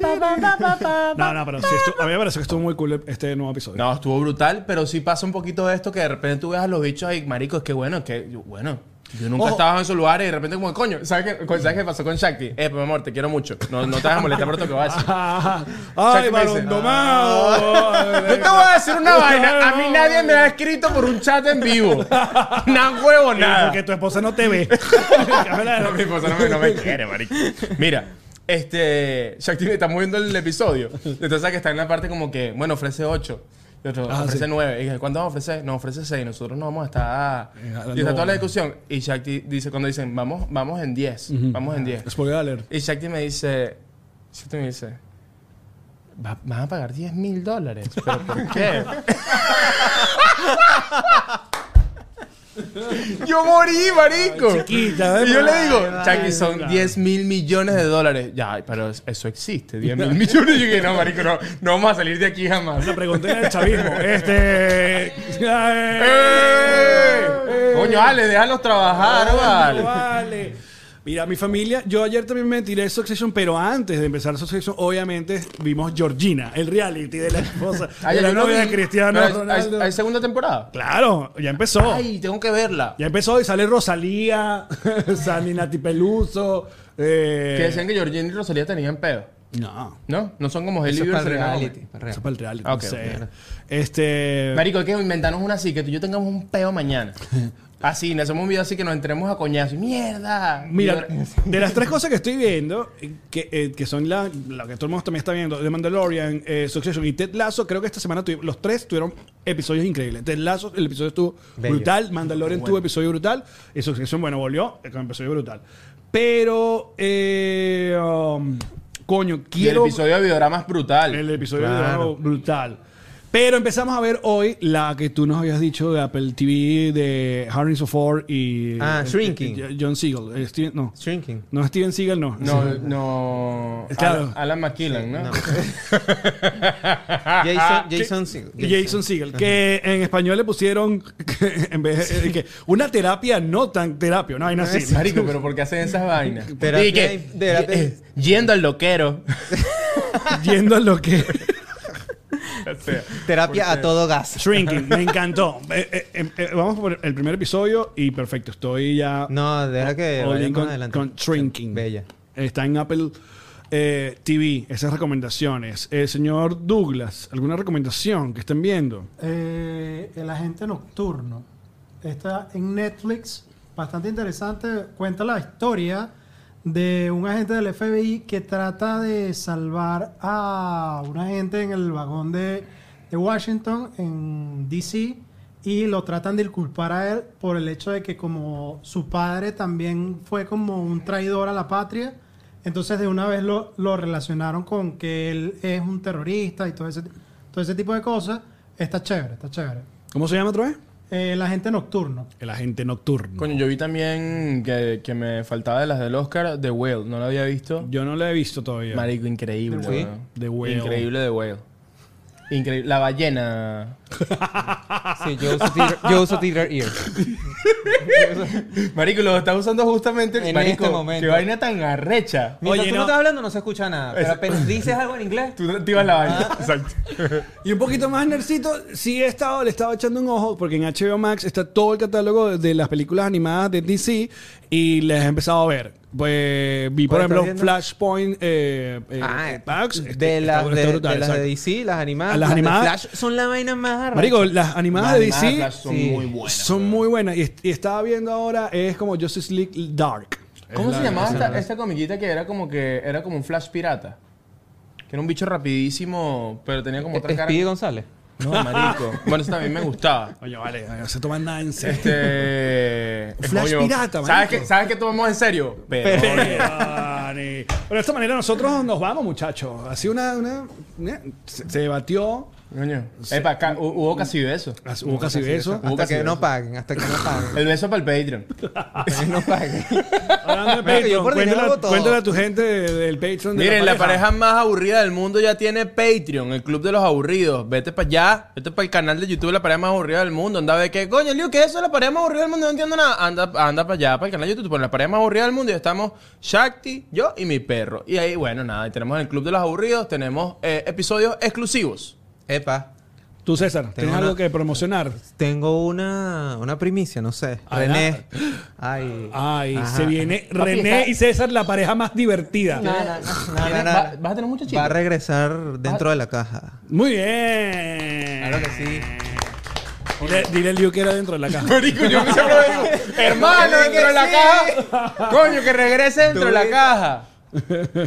B: No, no, pero sí, estu- a mí me pareció que estuvo muy cool este nuevo episodio.
A: No, estuvo brutal, pero sí pasa un poquito de esto que de repente tú ves a los bichos ahí, marico, es que bueno, es que yo- bueno, yo nunca
B: Ojo.
A: estaba en esos lugares y de repente como, coño, ¿sabes qué, co- ¿sabes qué pasó con Shakti? Eh, pues mi amor, te quiero mucho. No, no te vas a molestar por lo que vas a decir.
B: Ajá.
A: sea,
B: Ay,
A: ¿qué me dice? Ah.
B: balón domado.
A: Yo te voy a decir una vaina. A mí nadie me ha escrito por un chat en vivo. Nan huevo, nada.
B: Porque tu esposa no te ve.
A: No, mi esposa no me, no me quiere, marico. Mira, este. Shakti está moviendo el episodio. Entonces, ¿sabes que está en la parte como que, bueno, ofrece 8. Y otro,
B: Ah,
A: ofrece
B: sí.
A: 9. Y dije, ¿cuánto vamos a ofrecer? No, ofrece 6. Nosotros no vamos a estar.
B: Eh,
A: Y está
B: no.
A: toda la discusión. Y Shakti dice, cuando dicen, vamos, vamos en 10. Vamos en 10.
B: Spoiler alert.
A: Y Shakti me dice, Shakti me dice, "Va- van a pagar 10 mil dólares. ¿Pero por qué? Yo morí, marico.
B: Chiquita, ¿eh?
A: Y yo le digo,
D: Ay,
A: Chucky,
D: vale,
A: son 10 mil millones de dólares. Ya, pero eso existe, 10 mil millones. Y yo dije, no, marico, no, no vamos a salir de aquí jamás.
B: La pregunté del chavismo. Este.
A: ¡Eh! Coño, Ale, déjalos trabajar,
B: Vale.
A: vale.
B: vale. Mira, mi familia, yo ayer también me tiré Succession, pero antes de empezar Succession, obviamente vimos Georgina, el reality de la esposa,
A: Ay,
B: de la
A: yo no
B: novia
A: vi.
B: de Cristiano
A: Pero hay-
B: Ronaldo.
A: Hay, hay segunda temporada?
B: Claro, ya empezó.
A: Ay, tengo que verla.
B: Ya empezó y sale Rosalía, sale Nati Peluso. eh,
A: Que decían que Georgina y Rosalía tenían pedo.
B: No,
A: ¿No? No son como Heli
C: Eso
A: y
C: es para el
A: Selena Gomez.
C: reality. para el
B: eso es
C: reality.
B: para el reality.
A: Ah, Ok,
B: no sé.
A: ok.
B: Este.
A: Marico, hay que inventarnos una así, que tú y yo tengamos un peo mañana. Así, nos hacemos un video así que nos entremos a coñazo. ¡Mierda!
B: Mira,
A: Y ahora-
B: de las tres cosas que estoy viendo, eh, que, eh, que son la, la que todo el mundo también está viendo, The Mandalorian, eh, Succession y Ted Lasso, creo que esta semana tuvi- los tres tuvieron episodios increíbles. Ted Lasso, el episodio estuvo
C: Bello.
B: brutal, Mandalorian tuvo episodio brutal, y Succession, bueno, volvió eh, con episodio brutal. Pero, eh, um, coño,
A: Y el
B: quiero...
A: episodio de videodrama es brutal.
B: El episodio
C: Claro.
B: de Drago, brutal. Pero empezamos a ver hoy la que tú nos habías dicho de Apple TV de Harrison Ford y
C: Ah,
B: eh,
C: Shrinking.
B: eh, John Siegel, Eh, Steven- no.
C: Shrinking.
B: No Steven Seagal no.
A: No, no.
B: Claro.
A: Alan- Alan McKillan, ¿no?
C: No.
B: Ah,
C: Jason, Jason, Segel.
B: Jason Siegel, que en español le pusieron en vez de- que una terapia no tan terapia, no hay nada así.
A: Marico, pero ¿por qué hacen esas vainas?
C: Terapia
A: Y que-
C: y- terapia.
A: y- eh, Yendo al loquero.
B: Yendo a lo que
A: O sea,
C: Terapia a todo gas.
B: Shrinking, me encantó. Eh, eh, eh, eh, vamos por el primer episodio y perfecto, estoy ya
C: No, deja que
B: All in
C: vaya
B: con,
C: más adelante.
B: con Shrinking.
C: Bella.
B: Está en Apple eh, TV, esas recomendaciones. Eh, señor Douglas, ¿alguna recomendación que estén viendo?
D: Eh, el agente nocturno. Está en Netflix, bastante interesante. Cuenta la historia de un agente del FBI que trata de salvar a un agente en el vagón de, de Washington, en DC, y lo tratan de culpar a él por el hecho de que como su padre también fue como un traidor a la patria, entonces de una vez lo, lo relacionaron con que él es un terrorista y todo ese, todo ese tipo de cosas. Está chévere, está chévere.
B: ¿Cómo se llama otra vez?
D: Eh, la gente nocturno.
B: El agente nocturno.
A: Coño, yo vi también que, que me faltaba de las del Oscar, The Whale. No la había visto.
B: Yo no la he visto todavía.
A: Marico, increíble.
C: Sí.
A: weón.
B: The Whale.
A: Increíble de Whale. Increíble. La ballena.
C: Sí, yo uso Theater, yo uso theater Ear.
A: Marico, lo está usando justamente
C: En
A: Marico,
C: este momento.
A: Qué vaina tan arrecha.
C: Mientras
B: Oye,
C: tú no.
B: no.
C: estás hablando, no se escucha nada. Pero
A: Eso.
C: apenas dices algo en inglés.
A: Tú activas la vaina.
B: Ah.
A: Exacto.
B: Y un poquito más nercito, sí he estado, le estaba echando un ojo, porque en HBO Max está todo el catálogo de las películas animadas de DC y les he empezado a ver. Pues vi, por
C: ¿Cuál
B: ejemplo,
C: estás viendo?
B: Flashpoint. Eh, eh,
C: Ah,
B: Max.
C: de
B: Este,
C: las
B: está- está
C: de,
B: brutal,
C: de las de
B: exacto.
C: DC, las animadas.
B: Las
C: de
B: animadas-
C: Flash son la vaina más arrecha.
B: Marico, las animadas de
A: Las
B: DC
A: animadas Flash son
C: sí.
A: muy buenas.
B: son muy buenas. Y, est- y estaba viendo ahora, es como Justice League Dark.
A: ¿Cómo
B: Es
A: se
B: la-
A: llamaba esta, esta comiquita que era como que era como un flash pirata? Que era un bicho rapidísimo, pero tenía como otra
C: Eh,
A: cara.
C: Speedy González.
A: No, marico. bueno, eso también me gustaba.
B: Oye, vale, no se toman nada en serio.
A: Este.
B: Flash
A: coño,
B: pirata,
A: ¿Sabes
B: marico.
A: qué, ¿Sabes qué tomamos en serio? Pero.
B: Dani. Bueno, de esta manera nosotros nos vamos, muchachos. Así una... una- una- se, se debatió,
A: Coño. Epa, ca- hu- hubo casi beso.
B: hubo casi beso.
A: Hubo
C: Hasta
A: casi
C: que no
A: beso.
C: paguen, hasta que no paguen.
A: El beso para el Patreon.
C: Hasta que no paguen.
B: Hablando de
C: Mira que
B: Patreon,
C: yo por dinero
B: cuéntale,
C: hago todo.
B: cuéntale a tu gente de- del Patreon. de
A: Miren, la pareja más aburrida del mundo ya tiene Patreon, el club de los aburridos. Vete para allá, vete para el canal de YouTube, la pareja más aburrida del mundo. Anda a ver qué coño, Lío, ¿qué es eso? La pareja más aburrida del mundo, no entiendo nada. Anda, anda para allá, para el canal de YouTube, pon la pareja más aburrida del mundo. Y estamos Shakti, yo y mi perro. Y ahí, bueno, nada, y tenemos el club de los aburridos, tenemos eh, episodios exclusivos.
C: Epa,
B: Tú, César, ¿tienes
C: una-
B: algo que promocionar?
C: tengo una, una primicia, no sé.
B: Adelante.
C: René. Ay.
B: ah. Ay,
C: Ajá.
B: se viene René
A: está-
B: y César, la pareja más divertida.
C: No, no, no, no, no, no.
A: ¿Tienes- va- vas a tener muchos chicos?
C: Va a regresar dentro de la caja.
B: Muy bien.
C: Claro que sí.
B: Dile, dile a Liu que era dentro de la caja.
A: Marico, yo me siempre lo digo, hermano,
C: Dile
A: dentro
C: que
A: de la
C: sí.
A: caja. Coño, que regrese dentro de la
C: Tú-
A: caja.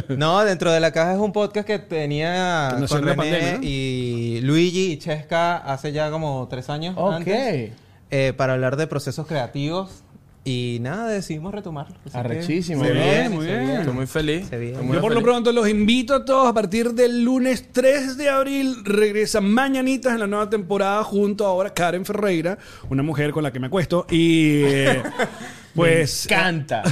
C: No, dentro de la caja es un podcast que tenía
B: Que nació
C: con
B: en la
C: René
B: pandemia, ¿no?
C: y Luigi y Chesca hace ya como tres años
A: Ok.
C: antes, eh, para hablar de procesos creativos y nada decidimos retomarlo. Así que-
A: Arrechísimo,
B: Muy
A: bro.
B: bien, muy
A: Se
B: bien.
A: Estoy muy muy feliz.
C: Se viene.
A: Estoy muy
B: Yo por lo
A: feliz.
B: pronto los invito a todos a partir del lunes 3 de abril. Regresa Mañanitas en la nueva temporada junto ahora a Karen Ferreira, una mujer con la que me acuesto. Y eh, pues... eh,
A: Canta.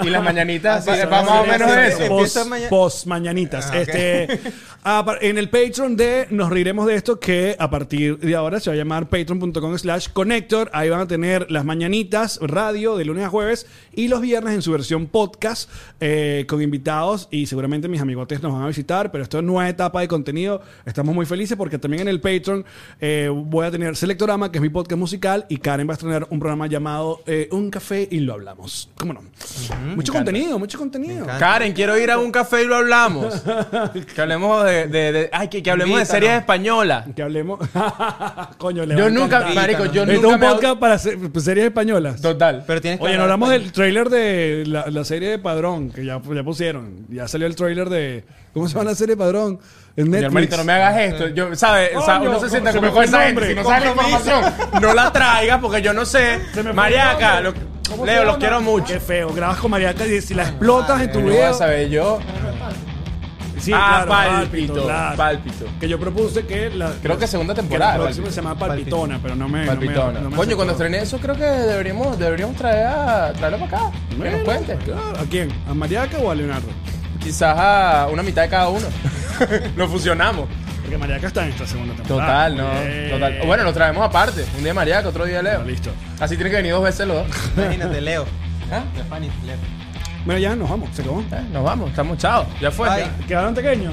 A: Y las mañanitas,
C: Ah,
A: sí,
C: sí,
A: va
C: sí,
A: más o
C: sí,
A: menos
C: sí,
A: eso.
C: sí.
B: Post,
C: Empieza maña-
B: post mañanitas.
C: Ah, ok.
B: este, a par- en el Patreon de Nos Riremos de Esto, que a partir de ahora se va a llamar patreon.com slash connector. Ahí van a tener las mañanitas, radio, de lunes a jueves, y los viernes en su versión podcast, eh, con invitados, y seguramente mis amigotes nos van a visitar, pero esto es nueva etapa de contenido. Estamos muy felices porque también en el Patreon eh, voy a tener Selectorama, que es mi podcast musical, y Karen va a estrenar un programa llamado eh, Un Café y lo hablamos. ¿Cómo no? mucho contenido, mucho contenido.
A: Karen, quiero ir a un café y lo hablamos. que hablemos de, de- de- ay, que, que hablemos de
C: Invítanos.
A: series españolas.
B: Que hablemos. Coño, le va
A: Yo
B: a
A: nunca,
B: encantar.
A: marico, yo
B: Esto
A: nunca
B: es un
A: me-
B: podcast para se- pues, series españolas.
A: Total.
C: Pero tienes que
B: Oye, no
C: hablar
B: hablamos del
C: español.
B: tráiler de la, la serie de Padrón, que ya, ya pusieron. Ya salió el tráiler de. ¿Cómo se llama la serie de Padrón? En
A: Mi
B: Netflix.
A: hermanito, no me hagas esto. Yo, ¿sabes? O sea,
B: Coño,
A: uno se sienta
B: se
A: como
B: me fue
A: con esa
B: el nombre.
A: gente. Si no sabes la información, no la traigas porque yo no
B: Se
A: sé.
B: me fue el
A: Mariaca,
B: nombre.
A: lo-
B: ¿Cómo se
A: Leo, los
B: llama?
A: quiero mucho. Eh,
B: Qué feo. Grabas con Mariaca y si la explotas en tu
A: No voy a
B: video.
A: saber yo.
B: Sí,
A: ah,
B: claro,
A: pálpito.
B: claro.
A: Pálpito.
B: Que yo propuse que la.
A: Creo que segunda
B: que
A: temporada.
B: la próxima
A: Pálpito.
B: se llama Palpitona, pero no me. no me-
A: Palpitona.
B: no me
A: Coño, cuando
B: aceptó.
A: estrené eso, creo que deberíamos, deberíamos traer a, traerlo para acá. Que nos
B: Bueno,
A: cuente.
B: claro. ¿A quién? ¿A Mariaca o a Leonardo?
A: Quizás a una mitad de cada uno. Nos fusionamos.
B: Porque Mariaca está en esta segunda temporada.
A: Total, no.
B: Eh,
A: Total. Bueno, lo traemos aparte. Un día Mariaca, otro día Leo.
B: Bueno, listo.
A: Así tiene que venir dos veces los dos.
C: Imagínate, Leo.
A: ¿Ah?
C: De Fanny, Leo.
B: Bueno, ya nos vamos, se acabó.
A: Eh, Nos vamos, estamos chao. Ya fue.
C: Bye.
A: ya.
B: ¿Quedaron pequeños?